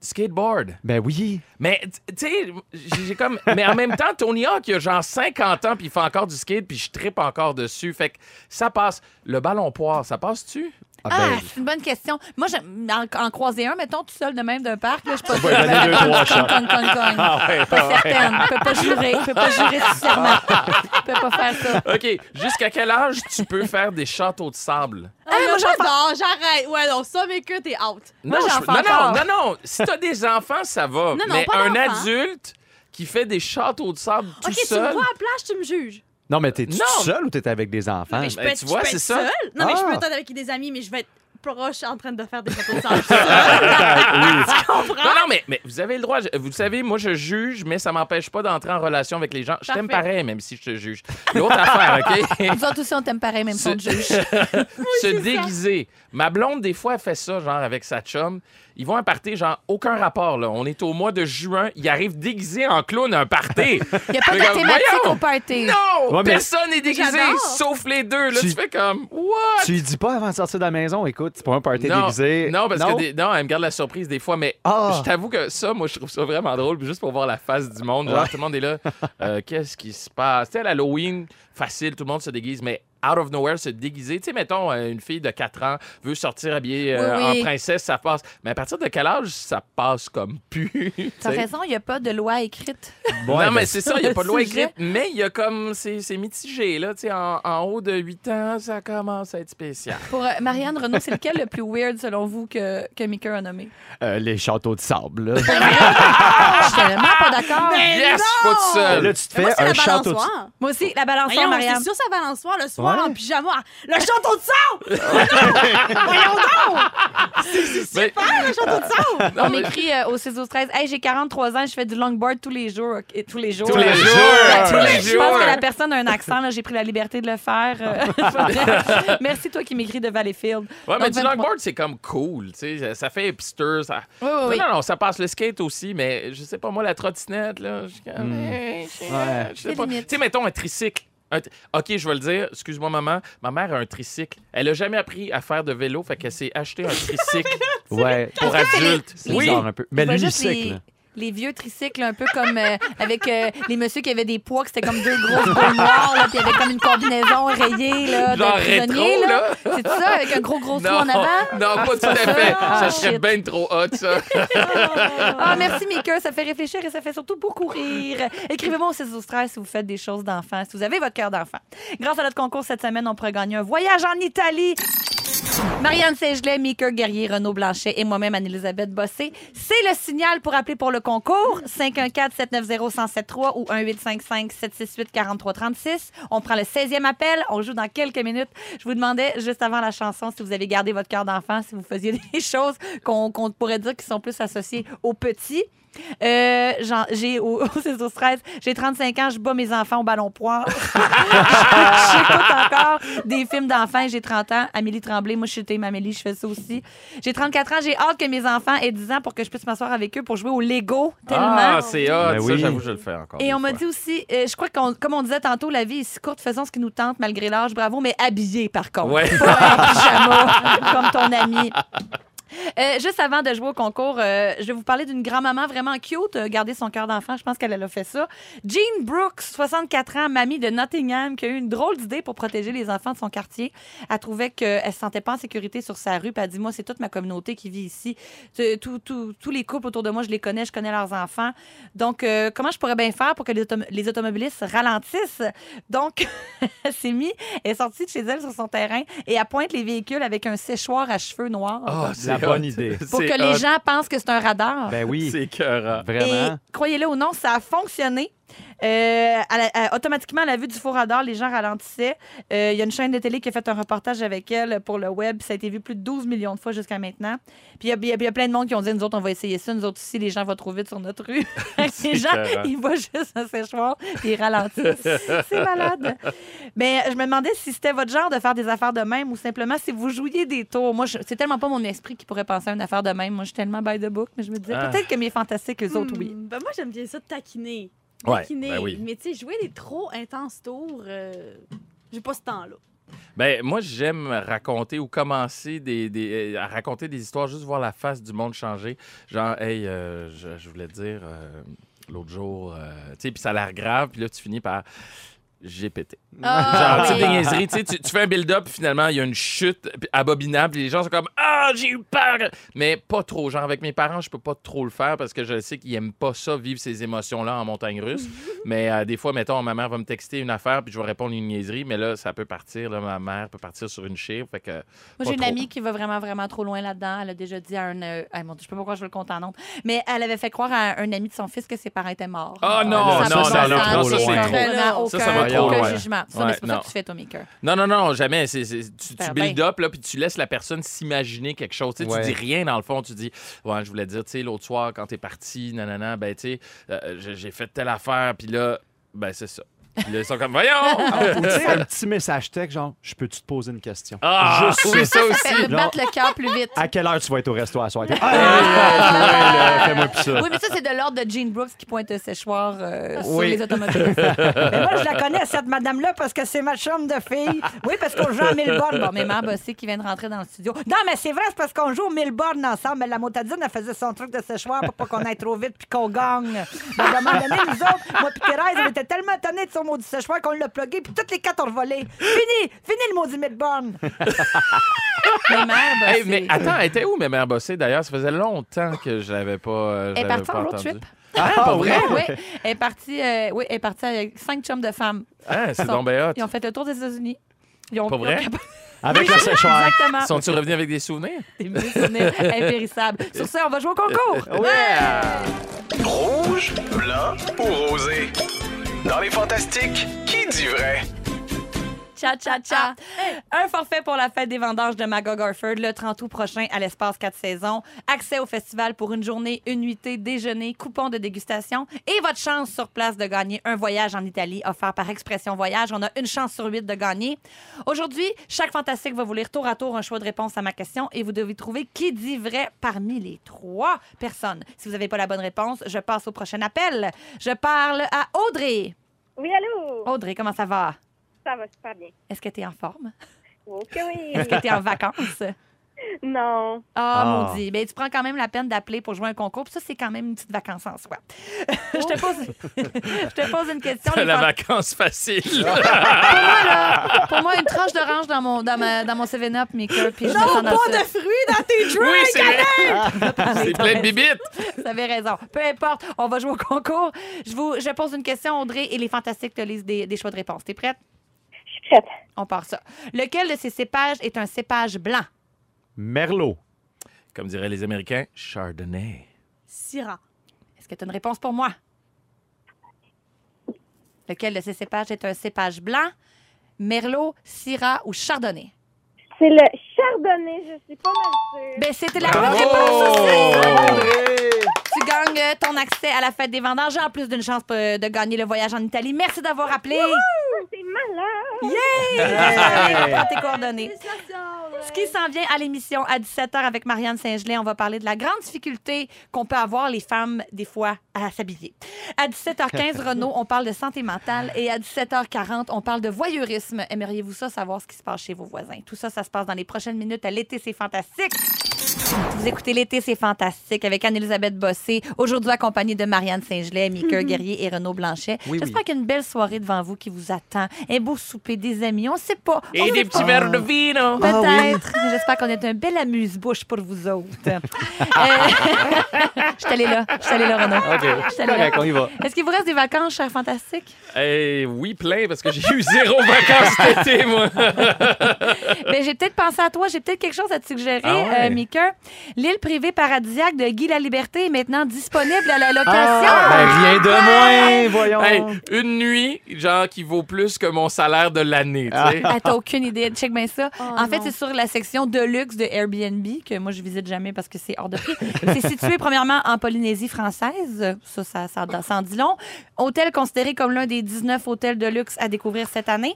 Speaker 4: Skateboard.
Speaker 2: Ben oui.
Speaker 4: Mais tu- tu sais, j'ai j'ai comme. Mais en même temps, Tony Hawk, il a genre 50 ans, puis il fait encore du skate, puis je trippe encore dessus. Fait que ça passe. Le ballon poire, ça passe-tu?
Speaker 1: Ah,
Speaker 2: ben
Speaker 4: Ben,
Speaker 1: c'est une bonne question. Moi, j'aime- en, en croiser un, mettons, tout seul de même d'un parc, là, je suis pas
Speaker 2: va
Speaker 1: sûre.
Speaker 2: donner deux, trois
Speaker 1: Cogne, cogne, cogne, cogne.
Speaker 4: Ah,
Speaker 1: Pas certaine. Je peux pas jurer. Je peux pas jurer sur serment. Je peux pas faire ça.
Speaker 4: OK. Jusqu'à quel âge tu peux faire des châteaux de sable?
Speaker 3: Ah, non, non, j'arrête. Ouais, non, ça, mais que t'es out.
Speaker 1: Moi,
Speaker 4: non,
Speaker 1: j'en
Speaker 4: je-
Speaker 1: fais
Speaker 4: non, non,
Speaker 1: encore.
Speaker 4: non, non. Si t'as des enfants, ça va.
Speaker 3: non,
Speaker 4: mais
Speaker 3: pas
Speaker 4: un
Speaker 3: d'enfants.
Speaker 4: adulte qui fait des châteaux de sable tout
Speaker 3: ok, tu me
Speaker 4: seul.
Speaker 3: vois à la plage, tu me juges.
Speaker 2: Non, mais t'es-tu
Speaker 4: Non.
Speaker 2: seul ou t'es avec des enfants?
Speaker 3: mais je peux
Speaker 4: ben,
Speaker 3: être,
Speaker 4: tu vois,
Speaker 3: je peux
Speaker 4: c'est ça.
Speaker 3: être seule. Non, mais je
Speaker 2: Ah.
Speaker 3: peux être avec des amis, mais je vais être proche en train de faire des photos sans Tu
Speaker 4: Non,
Speaker 3: comprends?
Speaker 4: non, mais, mais vous avez le droit. Je- Vous le savez, moi, je juge, mais ça m'empêche pas d'entrer en relation avec les gens. Je t'aime
Speaker 3: Parfait.
Speaker 4: pareil, même si je te juge. L'autre affaire, OK?
Speaker 1: Nous autres aussi, on t'aime pareil, même si on te
Speaker 4: Se-
Speaker 1: juge.
Speaker 4: se déguiser. Ma blonde, des fois, elle fait ça, genre, avec sa chum. Ils vont à un party, genre, aucun rapport, là. On est au mois de juin. Ils arrivent déguisés en clown à un party.
Speaker 1: Il n'y a pas de
Speaker 4: Mais comme,
Speaker 1: thématique au
Speaker 4: voyons!
Speaker 1: party.
Speaker 4: Non!
Speaker 2: Ouais, mais-
Speaker 4: Personne n'est déguisé,
Speaker 3: J'adore.
Speaker 4: sauf les deux. Là, tu,
Speaker 2: Tu-
Speaker 4: fais comme, what?
Speaker 2: Ben, Tu lui dis pas avant de sortir de la maison, écoute, c'est pas un party
Speaker 4: non,
Speaker 2: déguisé.
Speaker 4: non, parce que des- non, elle me garde la surprise des fois, mais
Speaker 2: Ah.
Speaker 4: je t'avoue que ça, moi, je trouve ça vraiment drôle, puis juste pour voir la face du monde. Genre,
Speaker 2: Ouais.
Speaker 4: tout le monde est là. euh, Qu'est-ce qui se passe? Tu sais, à l'Halloween, facile, tout le monde se déguise, mais out of nowhere, se déguiser. Tu sais, mettons, euh, une fille de 4 ans veut sortir habillée euh,
Speaker 1: Oui, oui.
Speaker 4: en princesse, ça passe. Mais à partir de quel âge ça passe comme pu? tu
Speaker 1: T'as
Speaker 4: sais?
Speaker 1: raison, il n'y a pas de loi écrite.
Speaker 2: Ouais,
Speaker 4: non, mais
Speaker 2: ben,
Speaker 4: c'est ça, il n'y a
Speaker 1: le
Speaker 4: pas de loi
Speaker 1: sujet.
Speaker 4: écrite, mais il y a comme. C'est c'est mitigé, là. Tu sais, en, en haut de 8 ans, ça commence à être spécial.
Speaker 1: Pour euh, Marianne Renaud, c'est lequel le plus weird, selon vous, que, que Mika a nommé?
Speaker 2: euh, les châteaux de sable. Là,
Speaker 1: Je suis tellement pas d'accord.
Speaker 4: Ah, yes, je suis pas tout seul.
Speaker 2: Là, tu te fais
Speaker 3: Moi, c'est
Speaker 2: un
Speaker 3: la
Speaker 2: château de
Speaker 3: balançoire.
Speaker 1: Moi aussi, la balançoire,
Speaker 3: Voyons,
Speaker 1: Marianne.
Speaker 3: c'est sûr, sa balançoire, le soir,
Speaker 2: Ouais.
Speaker 3: en pyjama. ah, Le château de sable! Oh Voyons donc!
Speaker 4: Mais-
Speaker 3: Ah, le château de sable!
Speaker 4: Non,
Speaker 1: On
Speaker 4: mais-
Speaker 1: m'écrit euh, au 6 12 13 Hey, j'ai 43 ans, je fais du longboard tous les jours. OK, tous les jours.
Speaker 4: Tous les
Speaker 1: Euh,
Speaker 4: jours!
Speaker 1: je-
Speaker 4: Tous les
Speaker 1: Je pense
Speaker 4: jours!
Speaker 1: que la personne a un accent, là, j'ai pris la liberté de le faire.
Speaker 4: Ah.
Speaker 1: Euh, Merci, toi qui m'écris de Valleyfield.
Speaker 4: Ouais, mais
Speaker 1: Donc, ben,
Speaker 4: du
Speaker 1: 23.
Speaker 4: longboard, c'est comme cool, tu sais, ça fait hipster, ça...
Speaker 1: Oui, oui, oui.
Speaker 4: Non, non, non, ça passe le skate aussi, mais je sais pas, moi, la trottinette, là, je suis comme...
Speaker 2: Hmm.
Speaker 4: eh, je-
Speaker 2: Ouais.
Speaker 4: je
Speaker 1: C'est
Speaker 4: sais pas. Tu
Speaker 1: limite.
Speaker 4: sais, mettons un tricycle. Un tri- OK, je vais le dire, excuse-moi, maman, ma mère a un tricycle. Elle a jamais appris à faire de vélo, fait qu'elle s'est acheté un tricycle
Speaker 2: Ouais,
Speaker 4: pour adulte.
Speaker 2: c'est
Speaker 4: Oui,
Speaker 2: bizarre un peu. Mais
Speaker 1: Je vois juste
Speaker 2: l'unicycle.
Speaker 1: les, les vieux tricycles, un peu comme euh, avec euh, les messieurs qui avaient des poids, que c'était comme deux grosses boules noires, là, puis avec comme une combinaison rayée là,
Speaker 4: Genre
Speaker 1: de prisonnier.
Speaker 4: rétro,
Speaker 1: là.
Speaker 4: là.
Speaker 1: C'est ça, avec un gros, gros trou
Speaker 4: non,
Speaker 1: en avant?
Speaker 4: non, pas tout à fait.
Speaker 1: Ah,
Speaker 4: Ça serait
Speaker 1: shit.
Speaker 4: bien trop hot, ça.
Speaker 1: Ah, merci, Mika. Ça fait réfléchir et ça fait surtout beaucoup rire. Écrivez-moi au 6 12 13 si vous faites des choses d'enfant, si vous avez votre cœur d'enfant. Grâce à notre concours cette semaine, on pourrait gagner un voyage en Italie. Marianne Ségelet, Mika Guerrier, Renaud Blanchet et moi-même, Anne-Elisabeth Bossé. C'est le signal pour appeler pour le concours. 514-790-1073 ou 1855-768-4336. On prend le 16e appel. On joue dans quelques minutes. Je vous demandais, juste avant la chanson, si vous avez gardé votre cœur d'enfant, si vous faisiez des choses qu'on qu'on pourrait dire qui sont plus associées aux petits. Euh, j'en- j'ai au, au 16 au 13, j'ai 35 ans, je bats mes enfants au ballon poire. J'écoute encore des films d'enfants. et J'ai 30 ans, Amélie Tremblay, moi je suis team Amélie, je fais ça aussi. J'ai 34 ans, j'ai hâte que mes enfants aient 10 ans pour que je puisse m'asseoir avec eux pour jouer au Lego tellement.
Speaker 4: Ah, c'est hot.
Speaker 2: Ben
Speaker 4: Ça,
Speaker 2: oui.
Speaker 4: j'avoue, je le fais encore.
Speaker 1: Et
Speaker 4: des
Speaker 1: on m'a
Speaker 4: fois.
Speaker 1: dit aussi, euh, je crois qu'on, comme on disait tantôt, la vie est si courte, faisons ce qui nous tente malgré l'âge, bravo, mais habillé par contre.
Speaker 4: Ouais.
Speaker 1: Pas en pyjama, comme ton ami. Euh, juste avant de jouer au concours, euh, je vais vous parler d'une grand-maman vraiment cute, euh, garder son cœur d'enfant, je pense qu'elle elle a fait ça. Jean Brooks, 64 ans, mamie de Nottingham, qui a eu une drôle d'idée pour protéger les enfants de son quartier. Elle trouvait qu'elle se sentait pas en sécurité sur sa rue, puis elle dit, moi, c'est toute ma communauté qui vit ici. Tout- tout- tout- tous les couples autour de moi, je les connais, je connais leurs enfants. Donc, euh, comment je pourrais bien faire pour que les, autom- les automobilistes ralentissent? Donc, elle s'est mise, elle est sortie de chez elle sur son terrain et elle pointe les véhicules avec un séchoir à cheveux noirs
Speaker 4: Ah,
Speaker 2: La
Speaker 4: c'est
Speaker 2: bonne
Speaker 4: hot.
Speaker 2: idée.
Speaker 1: pour
Speaker 4: C'est
Speaker 1: que les
Speaker 4: hot.
Speaker 1: gens pensent que c'est un radar.
Speaker 2: Ben oui,
Speaker 4: C'est hein. écœurant.
Speaker 1: Et
Speaker 2: vraiment.
Speaker 1: croyez-le ou non, ça a fonctionné. Euh, à la- à- automatiquement, à la vue du faux radar, les gens ralentissaient. Euh, Il y a une chaîne de télé qui a fait un reportage avec elle pour le web. Ça a été vu plus de 12 millions de fois jusqu'à maintenant. Puis il y a- il y, a- il y a plein de monde qui ont dit Nous autres, on va essayer ça. Nous autres aussi, les gens vont trop vite sur notre rue. les gens,
Speaker 4: écœurant.
Speaker 1: ils voient juste un séchoir et ils ralentissent. C'est malade. Mais je me demandais si c'était votre genre de faire des affaires de même ou simplement si vous jouiez des tours. Moi, je- c'est tellement pas mon esprit qui pourrait penser à une affaire de même. Moi, je suis tellement by the book, mais je me disais
Speaker 4: Ah.
Speaker 1: peut-être que mes fantastiques, les autres,
Speaker 3: Hmm,
Speaker 1: oui.
Speaker 3: ben moi, j'aime bien ça de taquiner.
Speaker 4: Ouais,
Speaker 3: Taquiner.
Speaker 4: ben oui.
Speaker 3: Mais tu sais, jouer des trop intenses tours, euh, j'ai pas ce temps-là.
Speaker 4: Ben, moi, j'aime raconter ou commencer des, des- euh, à raconter des histoires, juste voir la face du monde changer. Genre, hey, euh, je, je voulais te dire euh, l'autre jour, euh, tu sais, puis ça a l'air grave, puis là, tu finis par. J'ai pété.
Speaker 3: Ah.
Speaker 4: Genre, tu sais, des niaiseries, tu sais, tu, tu fais un build-up, puis finalement, il y a une chute puis abominable, puis les gens sont comme Ah, j'ai eu peur! Mais pas trop. Genre, avec mes parents, je peux pas trop le faire parce que je sais qu'ils aiment pas ça, vivre ces émotions-là en montagne russe. mais euh, des fois, mettons, ma mère va me texter une affaire, puis je vais répondre une niaiserie, mais là, ça peut partir. Là, ma mère peut partir sur une chire. Fait que. pas
Speaker 1: Moi, j'ai une
Speaker 4: trop.
Speaker 1: amie qui va vraiment, vraiment trop loin là-dedans. Elle a déjà dit à un. euh, ah, mon Dieu, je sais pas pourquoi je veux le compte en nombre. Mais elle avait fait croire à un ami de son fils que ses parents étaient morts.
Speaker 4: Ah, non,
Speaker 1: Ça n'a pas
Speaker 2: non,
Speaker 1: de
Speaker 2: non,
Speaker 1: sens,
Speaker 2: non,
Speaker 1: j'ai
Speaker 2: ça, c'est
Speaker 1: vraiment
Speaker 3: trop.
Speaker 1: aucun-
Speaker 4: Ça, ça va
Speaker 1: aucun
Speaker 4: trop loin.
Speaker 1: jugement. Ça,
Speaker 4: Ouais,
Speaker 1: mais c'est pour ça
Speaker 4: non.
Speaker 1: que tu fais ton maker.
Speaker 4: Non, non, non, jamais. C'est- c'est- tu
Speaker 1: Ben,
Speaker 4: tu build-up, là, puis tu laisses la personne s'imaginer quelque chose. Tu sais,
Speaker 2: Ouais.
Speaker 4: Tu dis rien, dans le fond. Tu dis, ouais, je voulais dire, tu sais, l'autre soir, quand t'es parti, nanana, ben, tu sais, euh, j'ai j'ai fait telle affaire, puis là, ben, c'est ça. Puis là, ils sont comme,
Speaker 1: Ah,
Speaker 4: voyons!
Speaker 2: Ou tu sais, un petit message texte, genre, je peux-tu te poser une question?
Speaker 4: Ah,
Speaker 2: Juste
Speaker 4: oui, ça
Speaker 1: Ça
Speaker 4: aussi!
Speaker 1: fait
Speaker 2: Non.
Speaker 1: battre le cœur plus vite.
Speaker 2: À quelle heure tu vas être au resto à soir? Ah, ouais, ouais, ouais, là, Fais-moi plus ça.
Speaker 1: Oui, mais ça, c'est de l'ordre de Jean Brooks qui pointe un séchoir euh, sur
Speaker 2: Oui.
Speaker 1: les automobiles.
Speaker 5: Mais moi, je la connais, cette madame-là, parce que c'est ma chambre de fille. Oui, parce qu'on joue à mille bornes.
Speaker 1: Bon, mais Mère Bossé qui vient de rentrer dans le studio.
Speaker 5: Non, mais c'est vrai, c'est parce qu'on joue aux mille bornes ensemble. Mais la motadine, elle faisait son truc de séchoir pour pas qu'on aille trop vite puis qu'on gagne. Mais à un moment donné, nous autres, moi puis Thérèse, on était tellement étonnés de son maudit séchoir qu'on l'a plugué puis toutes les quatre ont volé. Fini! Fini le maudit mille bornes!
Speaker 1: Mais Mère Bossé.
Speaker 4: Hey, mais attends, elle était où, ma mère bossée, d'ailleurs? Ça faisait longtemps que je l'avais pas, euh, je
Speaker 1: Elle est
Speaker 4: l'avais
Speaker 1: partie
Speaker 4: pas
Speaker 1: en road
Speaker 4: entendu.
Speaker 1: trip.
Speaker 2: Ah, pas vrai?
Speaker 1: oui, elle est partie, euh, oui, elle est partie avec cinq chums de femmes.
Speaker 4: Hein, c'est
Speaker 1: Ils sont-
Speaker 4: donc bien hot.
Speaker 1: Ils ont fait le tour des États-Unis. Ils ont,
Speaker 4: Pas
Speaker 1: ils ont
Speaker 4: vrai?
Speaker 1: capoté.
Speaker 2: Avec le séchoir.
Speaker 1: Exactement.
Speaker 4: Sont-ils revenus avec des souvenirs?
Speaker 1: Des vieux souvenirs impérissables. Sur ça, on va jouer au concours.
Speaker 6: Rouge, blanc ou rosé? Dans les fantastiques, qui dit vrai?
Speaker 1: Cha, cha, cha. Un forfait pour la fête des vendanges de Magog Orford le 30 août prochain à l'espace 4 saisons. Accès au festival pour une journée, une nuitée, déjeuner, coupon de dégustation et votre chance sur place de gagner un voyage en Italie offert par Expression Voyage. On a une chance sur huit de gagner. Aujourd'hui, chaque fantastique va vous lire tour à tour un choix de réponse à ma question et vous devez trouver qui dit vrai parmi les trois personnes. Si vous n'avez pas la bonne réponse, je passe au prochain appel. Je parle à Audrey.
Speaker 7: Oui, allô?
Speaker 1: Audrey, comment ça va?
Speaker 7: Ça va super bien.
Speaker 1: Est-ce que tu es en forme?
Speaker 7: OK,
Speaker 1: Est-ce que
Speaker 7: oui.
Speaker 1: tu es en vacances?
Speaker 7: non.
Speaker 1: Ah,
Speaker 2: Ah.
Speaker 1: maudit. Ben, tu prends quand même la peine d'appeler pour jouer à un concours. Puis ça, c'est quand même une petite vacance en soi. je, te pose... je te pose une question. les
Speaker 4: La
Speaker 1: fan-
Speaker 4: vacance facile.
Speaker 1: Pour moi, une tranche d'orange dans mon, dans ma- dans mon 7-Up, Mika. Puis je me
Speaker 3: Non,
Speaker 1: sens dans
Speaker 3: pas
Speaker 1: ça.
Speaker 3: de fruits dans tes drinks!
Speaker 4: oui, c'est vrai. C'est plein de bibites.
Speaker 1: Vous avez raison. Peu importe, on va jouer au concours. Je, vous... je pose une question, Audrey, et les fantastiques te lisent des, des choix de réponse. T'es prête?
Speaker 7: Je suis prête.
Speaker 1: On part ça. Lequel de ces cépages est un cépage blanc?
Speaker 2: Merlot.
Speaker 4: Comme diraient les Américains, Chardonnay.
Speaker 1: Oh,
Speaker 3: Syrah.
Speaker 1: Est-ce que tu as une réponse pour moi? Lequel de ces cépages est un cépage blanc? Merlot, Syrah ou Chardonnay?
Speaker 7: C'est le chardonnay, je suis pas mal sûre.
Speaker 1: Ben, c'était la bonne
Speaker 2: Bravo!
Speaker 1: réponse aussi.
Speaker 2: Audrey!
Speaker 1: Tu gagnes euh, ton accès à la fête des vendanges, en plus d'une chance euh, de gagner le voyage en Italie. Merci d'avoir appelé.
Speaker 7: C'est malade.
Speaker 1: Hey! Prends tes coordonnées. Ce qui s'en vient à l'émission à 17h avec Marianne Saint-Gelais, on va parler de la grande difficulté qu'on peut avoir les femmes, des fois, à s'habiller. À 17h15, Renaud, on parle de santé mentale et à 17h40, on parle de voyeurisme. Aimeriez-vous ça, savoir ce qui se passe chez vos voisins? Tout ça, ça se passe dans les prochaines minutes à l'été, c'est fantastique. Vous écoutez l'été, c'est fantastique avec Anne-Elisabeth Bossé, aujourd'hui accompagnée de Marianne Saint-Gelais, Mickey Guerrier et Renaud Blanchet.
Speaker 2: Oui,
Speaker 1: J'espère
Speaker 2: oui.
Speaker 1: qu'il y a une belle soirée devant vous qui vous attend. Un beau souper, des amis, on sait pas. On
Speaker 4: Et
Speaker 1: sait
Speaker 4: des
Speaker 1: pas.
Speaker 4: petits verres de vino.
Speaker 1: Peut-être. J'espère qu'on est un bel amuse-bouche pour vous autres. Euh, Je suis allée là. Je suis allée là, Renaud. Je suis allée là.
Speaker 2: Correct, on y va.
Speaker 1: Est-ce qu'il vous reste des vacances, cher fantastique?
Speaker 4: Eh oui, plein, parce que j'ai eu zéro vacances cet été, moi.
Speaker 1: Ben, j'ai peut-être pensé à toi. J'ai peut-être quelque chose à te suggérer,
Speaker 4: Ah ouais?
Speaker 1: euh, Mika. L'île privée paradisiaque de Guy Laliberté est maintenant disponible à la location.
Speaker 2: Ah, ben, rien de moins, voyons.
Speaker 4: Hey, une nuit, genre, qui vaut plus que mon salaire de l'année, tu sais.
Speaker 1: Ah, T'as aucune idée. Check bien ça.
Speaker 3: Oh,
Speaker 1: en fait,
Speaker 3: non.
Speaker 1: c'est sur la section de luxe de Airbnb, que moi, je visite jamais parce que c'est hors de prix. c'est situé, premièrement, en Polynésie française. Ça, ça, ça, ça en dit long. Hôtel considéré comme l'un des 19 hôtels de luxe à découvrir cette année.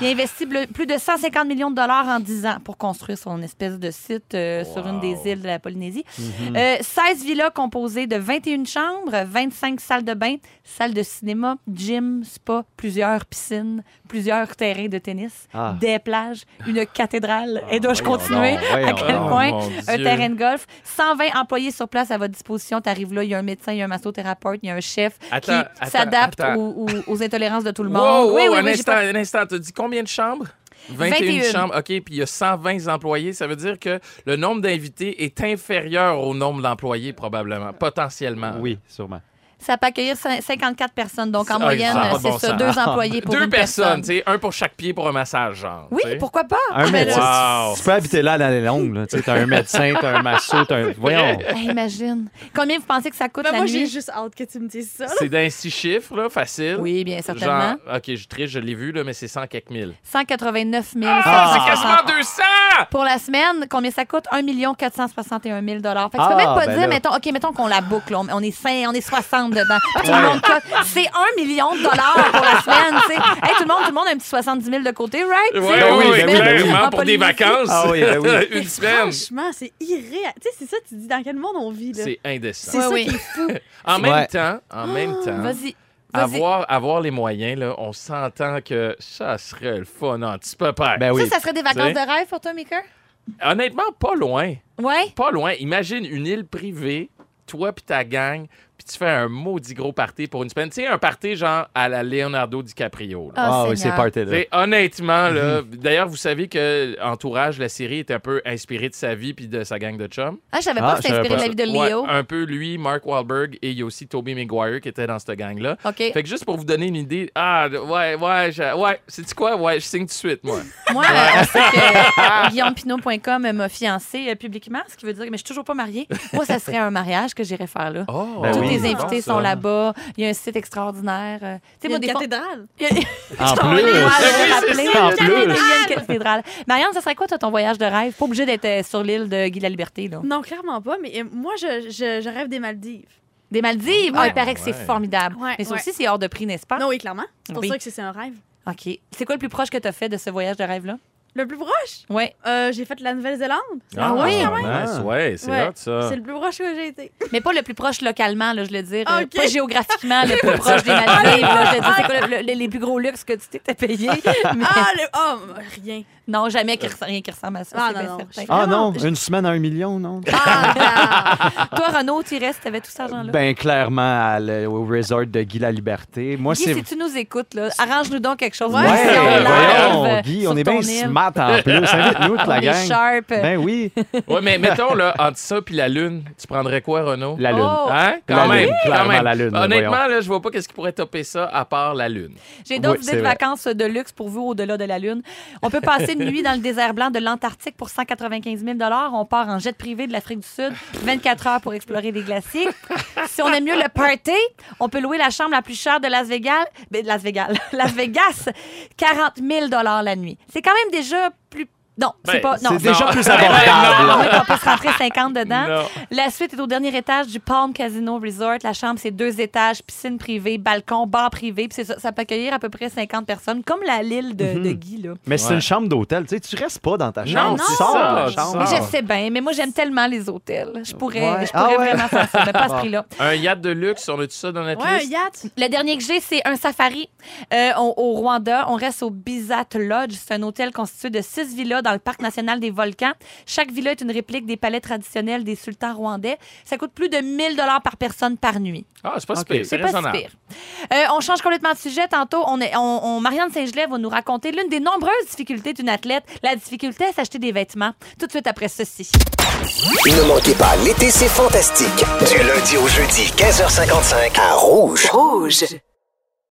Speaker 1: Il a investi bleu- plus de 150 millions de dollars en 10 ans pour construire son espèce de site euh, sur une des îles de la Polynésie.
Speaker 4: Mhm.
Speaker 1: Euh, 16 villas composées de 21 chambres, 25 salles de bain, salles de cinéma, gym, spa, plusieurs piscines, plusieurs terrains de tennis,
Speaker 2: Ah.
Speaker 1: des plages, une cathédrale. Et dois-je
Speaker 2: voyons
Speaker 1: continuer?
Speaker 2: donc, voyons
Speaker 1: à quel
Speaker 4: Ah, donc.
Speaker 1: point
Speaker 4: Mon
Speaker 1: un
Speaker 4: Dieu.
Speaker 1: terrain de golf? 120 employés sur place à votre disposition. T'arrives là, il y a un médecin, il y a un massothérapeute, il y a un chef
Speaker 4: Attends,
Speaker 1: qui
Speaker 4: attends,
Speaker 1: s'adapte
Speaker 4: attends.
Speaker 1: aux, aux- aux intolérances de tout le
Speaker 4: Wow,
Speaker 1: monde.
Speaker 4: wow,
Speaker 1: Oui, oui,
Speaker 4: un,
Speaker 1: oui, j'ai
Speaker 4: instant,
Speaker 1: pas-
Speaker 4: un instant, t'as dit combien de chambres?
Speaker 1: 21.
Speaker 4: chambres, OK, puis il y a 120 employés. Ça veut dire que le nombre d'invités est inférieur au nombre d'employés, probablement, potentiellement.
Speaker 2: Oui, sûrement.
Speaker 1: Ça peut accueillir cin- 54 personnes. Donc, en
Speaker 4: Ah,
Speaker 1: moyenne,
Speaker 4: ça a pas de
Speaker 1: c'est
Speaker 4: bon
Speaker 1: ça,
Speaker 4: sens.
Speaker 1: deux employés pour
Speaker 4: Deux
Speaker 1: une
Speaker 4: personnes,
Speaker 1: personne.
Speaker 4: tu sais, un pour chaque pied pour un massage, genre.
Speaker 1: Oui,
Speaker 4: tu sais.
Speaker 1: pourquoi pas? Ben
Speaker 2: Un
Speaker 1: là,
Speaker 2: médecin.
Speaker 4: Wow.
Speaker 2: Tu peux habiter là à l'année longue. là. Tu sais, t'as un médecin, t'as un masso, t'as un. Voyons.
Speaker 1: Hey, imagine. Combien vous pensez que ça coûte
Speaker 3: Ben,
Speaker 1: la
Speaker 3: moi, j'ai
Speaker 1: nuit?
Speaker 3: juste hâte que tu me dises ça. là.
Speaker 4: C'est d'un six chiffres, là, facile.
Speaker 1: Oui, bien certainement.
Speaker 4: Genre, OK, je triche, je l'ai vu, là, mais c'est 100 quelques mille.
Speaker 1: 189 000.
Speaker 4: C'est Ah, quasiment 200!
Speaker 1: Pour la semaine, combien ça coûte? 1 461 000 Fait que tu peux
Speaker 2: Ah,
Speaker 1: même pas
Speaker 2: ben
Speaker 1: dire,
Speaker 2: là.
Speaker 1: mettons, OK, mettons qu'on la boucle. On, on est 5, on est 60 dedans. Tout le monde cote. C'est 1 million de dollars pour la semaine, tu sais. Hey, tout le monde, tout le monde a un petit 70 000 de côté, right?
Speaker 4: Ouais,
Speaker 1: Tu sais,
Speaker 2: Ben
Speaker 1: pour
Speaker 4: oui,
Speaker 1: une
Speaker 4: ben oui,
Speaker 1: semaine, en
Speaker 4: clairement, pour des
Speaker 1: Ah, Polynésie. Ah,
Speaker 4: vacances.
Speaker 2: Ah oui, ben oui.
Speaker 4: Une semaine.
Speaker 3: Franchement, c'est irréel. Tu sais, c'est ça, tu dis dans quel monde on vit, là.
Speaker 4: C'est indécent.
Speaker 3: C'est ça
Speaker 1: Oui,
Speaker 3: qui est fou.
Speaker 4: En même
Speaker 2: Ouais.
Speaker 4: temps, en même temps,
Speaker 1: Ah, Vas-y. Vas-y.
Speaker 4: avoir, avoir les moyens, là, on s'entend que ça serait le fun en petit peu père.
Speaker 2: Ben oui.
Speaker 1: Ça, oh, ça serait des vacances
Speaker 4: Tu sais.
Speaker 1: de rêve pour toi, Mika?
Speaker 4: Honnêtement, pas loin.
Speaker 1: Oui.
Speaker 4: Pas loin. Imagine une île privée, toi puis ta gang, puis tu fais un maudit gros party pour une semaine. Tu sais, un party genre à la Leonardo DiCaprio. là.
Speaker 2: Ah
Speaker 1: Oh,
Speaker 2: oui, c'est
Speaker 1: Seigneur.
Speaker 2: parti
Speaker 4: Tu
Speaker 2: là.
Speaker 4: sais, honnêtement, là,
Speaker 2: Mhm.
Speaker 4: d'ailleurs, vous savez que euh, Entourage, la série, est un peu inspirée de sa vie puis de sa gang de chums.
Speaker 1: Ah, je savais pas
Speaker 2: Ah,
Speaker 1: que
Speaker 2: je
Speaker 1: c'était
Speaker 2: savais
Speaker 1: inspiré de
Speaker 2: pas
Speaker 1: la vie de
Speaker 4: Ouais,
Speaker 1: Léo.
Speaker 4: un peu lui, Mark Wahlberg et il y a aussi Tobey Maguire qui était dans cette gang-là.
Speaker 1: OK.
Speaker 4: Fait que juste pour vous donner une idée, ah ouais, ouais, je- ouais, c'est quoi? Ouais, je signe tout de suite, moi.
Speaker 1: Moi, euh, on sait que guillaumepinot.com m'a fiancée euh, publiquement, ce qui veut dire que mais je suis toujours pas mariée. Moi, ça serait un mariage que j'irais faire là.
Speaker 4: Oh,
Speaker 2: Ben
Speaker 1: Tous
Speaker 2: oui,
Speaker 1: les
Speaker 2: c'est
Speaker 1: invités
Speaker 4: bon,
Speaker 1: sont
Speaker 4: ça.
Speaker 1: là-bas. Il y a un site extraordinaire. Euh, Tu sais,
Speaker 3: Il y a
Speaker 1: moi,
Speaker 3: une
Speaker 1: des fois-
Speaker 3: cathédrale.
Speaker 1: Il y a-
Speaker 2: En
Speaker 1: Je t'en
Speaker 2: plus.
Speaker 1: reviens, je me
Speaker 4: oui, c'est
Speaker 1: rappelais.
Speaker 2: ça, en
Speaker 1: Il y a une
Speaker 2: plus.
Speaker 1: cathédrale. cathédrale. Marianne, ça serait quoi, toi, ton voyage de rêve? Pas obligé d'être euh, sur l'île de Guy la Liberté, là.
Speaker 3: Non, clairement pas, mais euh, moi, je, je- je rêve des Maldives.
Speaker 1: Des Maldives? Ah, il paraît que c'est
Speaker 4: ouais.
Speaker 1: formidable.
Speaker 3: Ouais,
Speaker 1: Mais ça
Speaker 3: ouais.
Speaker 1: aussi, c'est hors de prix, n'est-ce pas?
Speaker 3: Non, oui, clairement. C'est
Speaker 1: Ah.
Speaker 3: pour
Speaker 1: Oui.
Speaker 3: ça que c'est c'est un rêve.
Speaker 1: OK. C'est quoi le plus proche que tu as fait de ce voyage de rêve-là?
Speaker 3: Le plus proche,
Speaker 1: Oui.
Speaker 3: euh, j'ai fait la Nouvelle-Zélande.
Speaker 1: Ah oui,
Speaker 4: ouais, Ah.
Speaker 1: quand
Speaker 2: même.
Speaker 4: ouais, c'est
Speaker 3: Ouais.
Speaker 4: hot, ça.
Speaker 3: C'est le plus proche que j'ai été.
Speaker 1: Mais pas le plus proche localement, là, je le dire. euh,
Speaker 3: OK.
Speaker 1: Pas géographiquement, le plus proche des Maldives. là, je veux dire, c'est quoi le- le- les plus gros luxes que tu t'étais payé? Mais
Speaker 3: Ah, le... oh, rien.
Speaker 1: non, jamais qu'il res- rien qui ressemble à ça.
Speaker 3: Ah,
Speaker 1: c'est
Speaker 3: non,
Speaker 1: bien
Speaker 3: non,
Speaker 1: certain.
Speaker 2: Ah non,
Speaker 3: Vraiment,
Speaker 2: une semaine à un million, non?
Speaker 3: Ah,
Speaker 1: Toi, Renaud, tu y restes, t'avais tout cet argent-là.
Speaker 2: Ben clairement, à le- au resort de Guy la Liberté. Moi,
Speaker 1: Guy,
Speaker 2: c'est.
Speaker 1: si tu nous écoutes, là, arrange-nous donc quelque chose.
Speaker 3: Ouais,
Speaker 2: Ouais,
Speaker 1: Une émission
Speaker 2: voyons,
Speaker 1: live, euh,
Speaker 2: Guy,
Speaker 1: sur
Speaker 2: on est
Speaker 1: ton
Speaker 2: bien
Speaker 1: île.
Speaker 2: smart en plus. Invite-nous toute
Speaker 1: On
Speaker 2: la
Speaker 1: est
Speaker 2: gang.
Speaker 1: sharp.
Speaker 2: Ben oui,
Speaker 4: Ouais, mais mettons, là, entre ça puis la Lune, tu prendrais quoi, Renaud?
Speaker 2: la lune.
Speaker 1: Oh,
Speaker 4: Hein? Quand
Speaker 2: La
Speaker 4: même,
Speaker 2: Lune,
Speaker 4: quand
Speaker 2: clairement,
Speaker 4: même.
Speaker 2: la Lune,
Speaker 4: Honnêtement,
Speaker 2: voyons.
Speaker 4: là, je vois pas qu'est-ce qui pourrait topper ça à part la Lune.
Speaker 1: J'ai d'autres
Speaker 2: Oui,
Speaker 1: idées
Speaker 2: c'est
Speaker 1: de
Speaker 2: vrai.
Speaker 1: vacances de luxe pour vous au-delà de la Lune. On peut passer une nuit dans le désert blanc de l'Antarctique pour 195 000 On part en jet privé de l'Afrique du Sud, 24 heures pour explorer les glaciers. Si on aime mieux le party, on peut louer la chambre la plus chère de Las Vegas, ben, de Las Vegas, Las Vegas, 40 000 la nuit. C'est quand même déjà plus Non, c'est
Speaker 4: Ben,
Speaker 1: pas. Non,
Speaker 2: C'est déjà
Speaker 4: non.
Speaker 2: plus
Speaker 1: Ah,
Speaker 2: abordable.
Speaker 1: ouais, on peut se rentrer 50 dedans.
Speaker 4: Non.
Speaker 1: La suite est au dernier étage du Palm Casino Resort. La chambre, c'est deux étages, piscine privée, balcon, bar privé. Puis c'est ça, ça peut accueillir à peu près 50 personnes, comme la Lille de,
Speaker 2: Mhm.
Speaker 1: de Guy. Là.
Speaker 2: Mais c'est
Speaker 4: Ouais.
Speaker 2: une chambre d'hôtel. Tu sais, tu restes pas dans ta
Speaker 4: Non,
Speaker 2: chambre. tu
Speaker 4: c'est
Speaker 2: sors de
Speaker 4: ça,
Speaker 2: la
Speaker 4: tu
Speaker 2: chambre.
Speaker 1: Mais
Speaker 4: sors.
Speaker 1: je sais bien, mais moi, j'aime tellement les hôtels. Je pourrais,
Speaker 2: Ah. Ouais.
Speaker 1: je pourrais
Speaker 2: Ah ouais.
Speaker 1: vraiment faire ça, mais pas à ce prix-là.
Speaker 4: Un yacht de luxe, on a tout ça dans notre
Speaker 3: Ouais, un
Speaker 4: liste?
Speaker 3: yacht.
Speaker 1: Le dernier que j'ai, c'est un safari euh, au- au Rwanda. On reste au Bizat Lodge. C'est un hôtel constitué de six villas dans le parc national des volcans. Chaque villa est une réplique des palais traditionnels des sultans rwandais. Ça coûte plus de 1000 dollars par personne par nuit.
Speaker 4: Ah, c'est pas si
Speaker 2: Ok.
Speaker 4: pire, c'est
Speaker 1: C'est pas si
Speaker 4: raisonnable.
Speaker 1: pire. Euh, on change complètement de sujet. Tantôt, on est, on, on- Marianne Saint-Gelais va nous raconter l'une des nombreuses difficultés d'une athlète. La difficulté à s'acheter des vêtements. Tout de suite après ceci.
Speaker 8: Ne manquez pas, l'été, c'est fantastique.
Speaker 6: Du lundi au jeudi, 15h55 à Rouge.
Speaker 8: Rouge.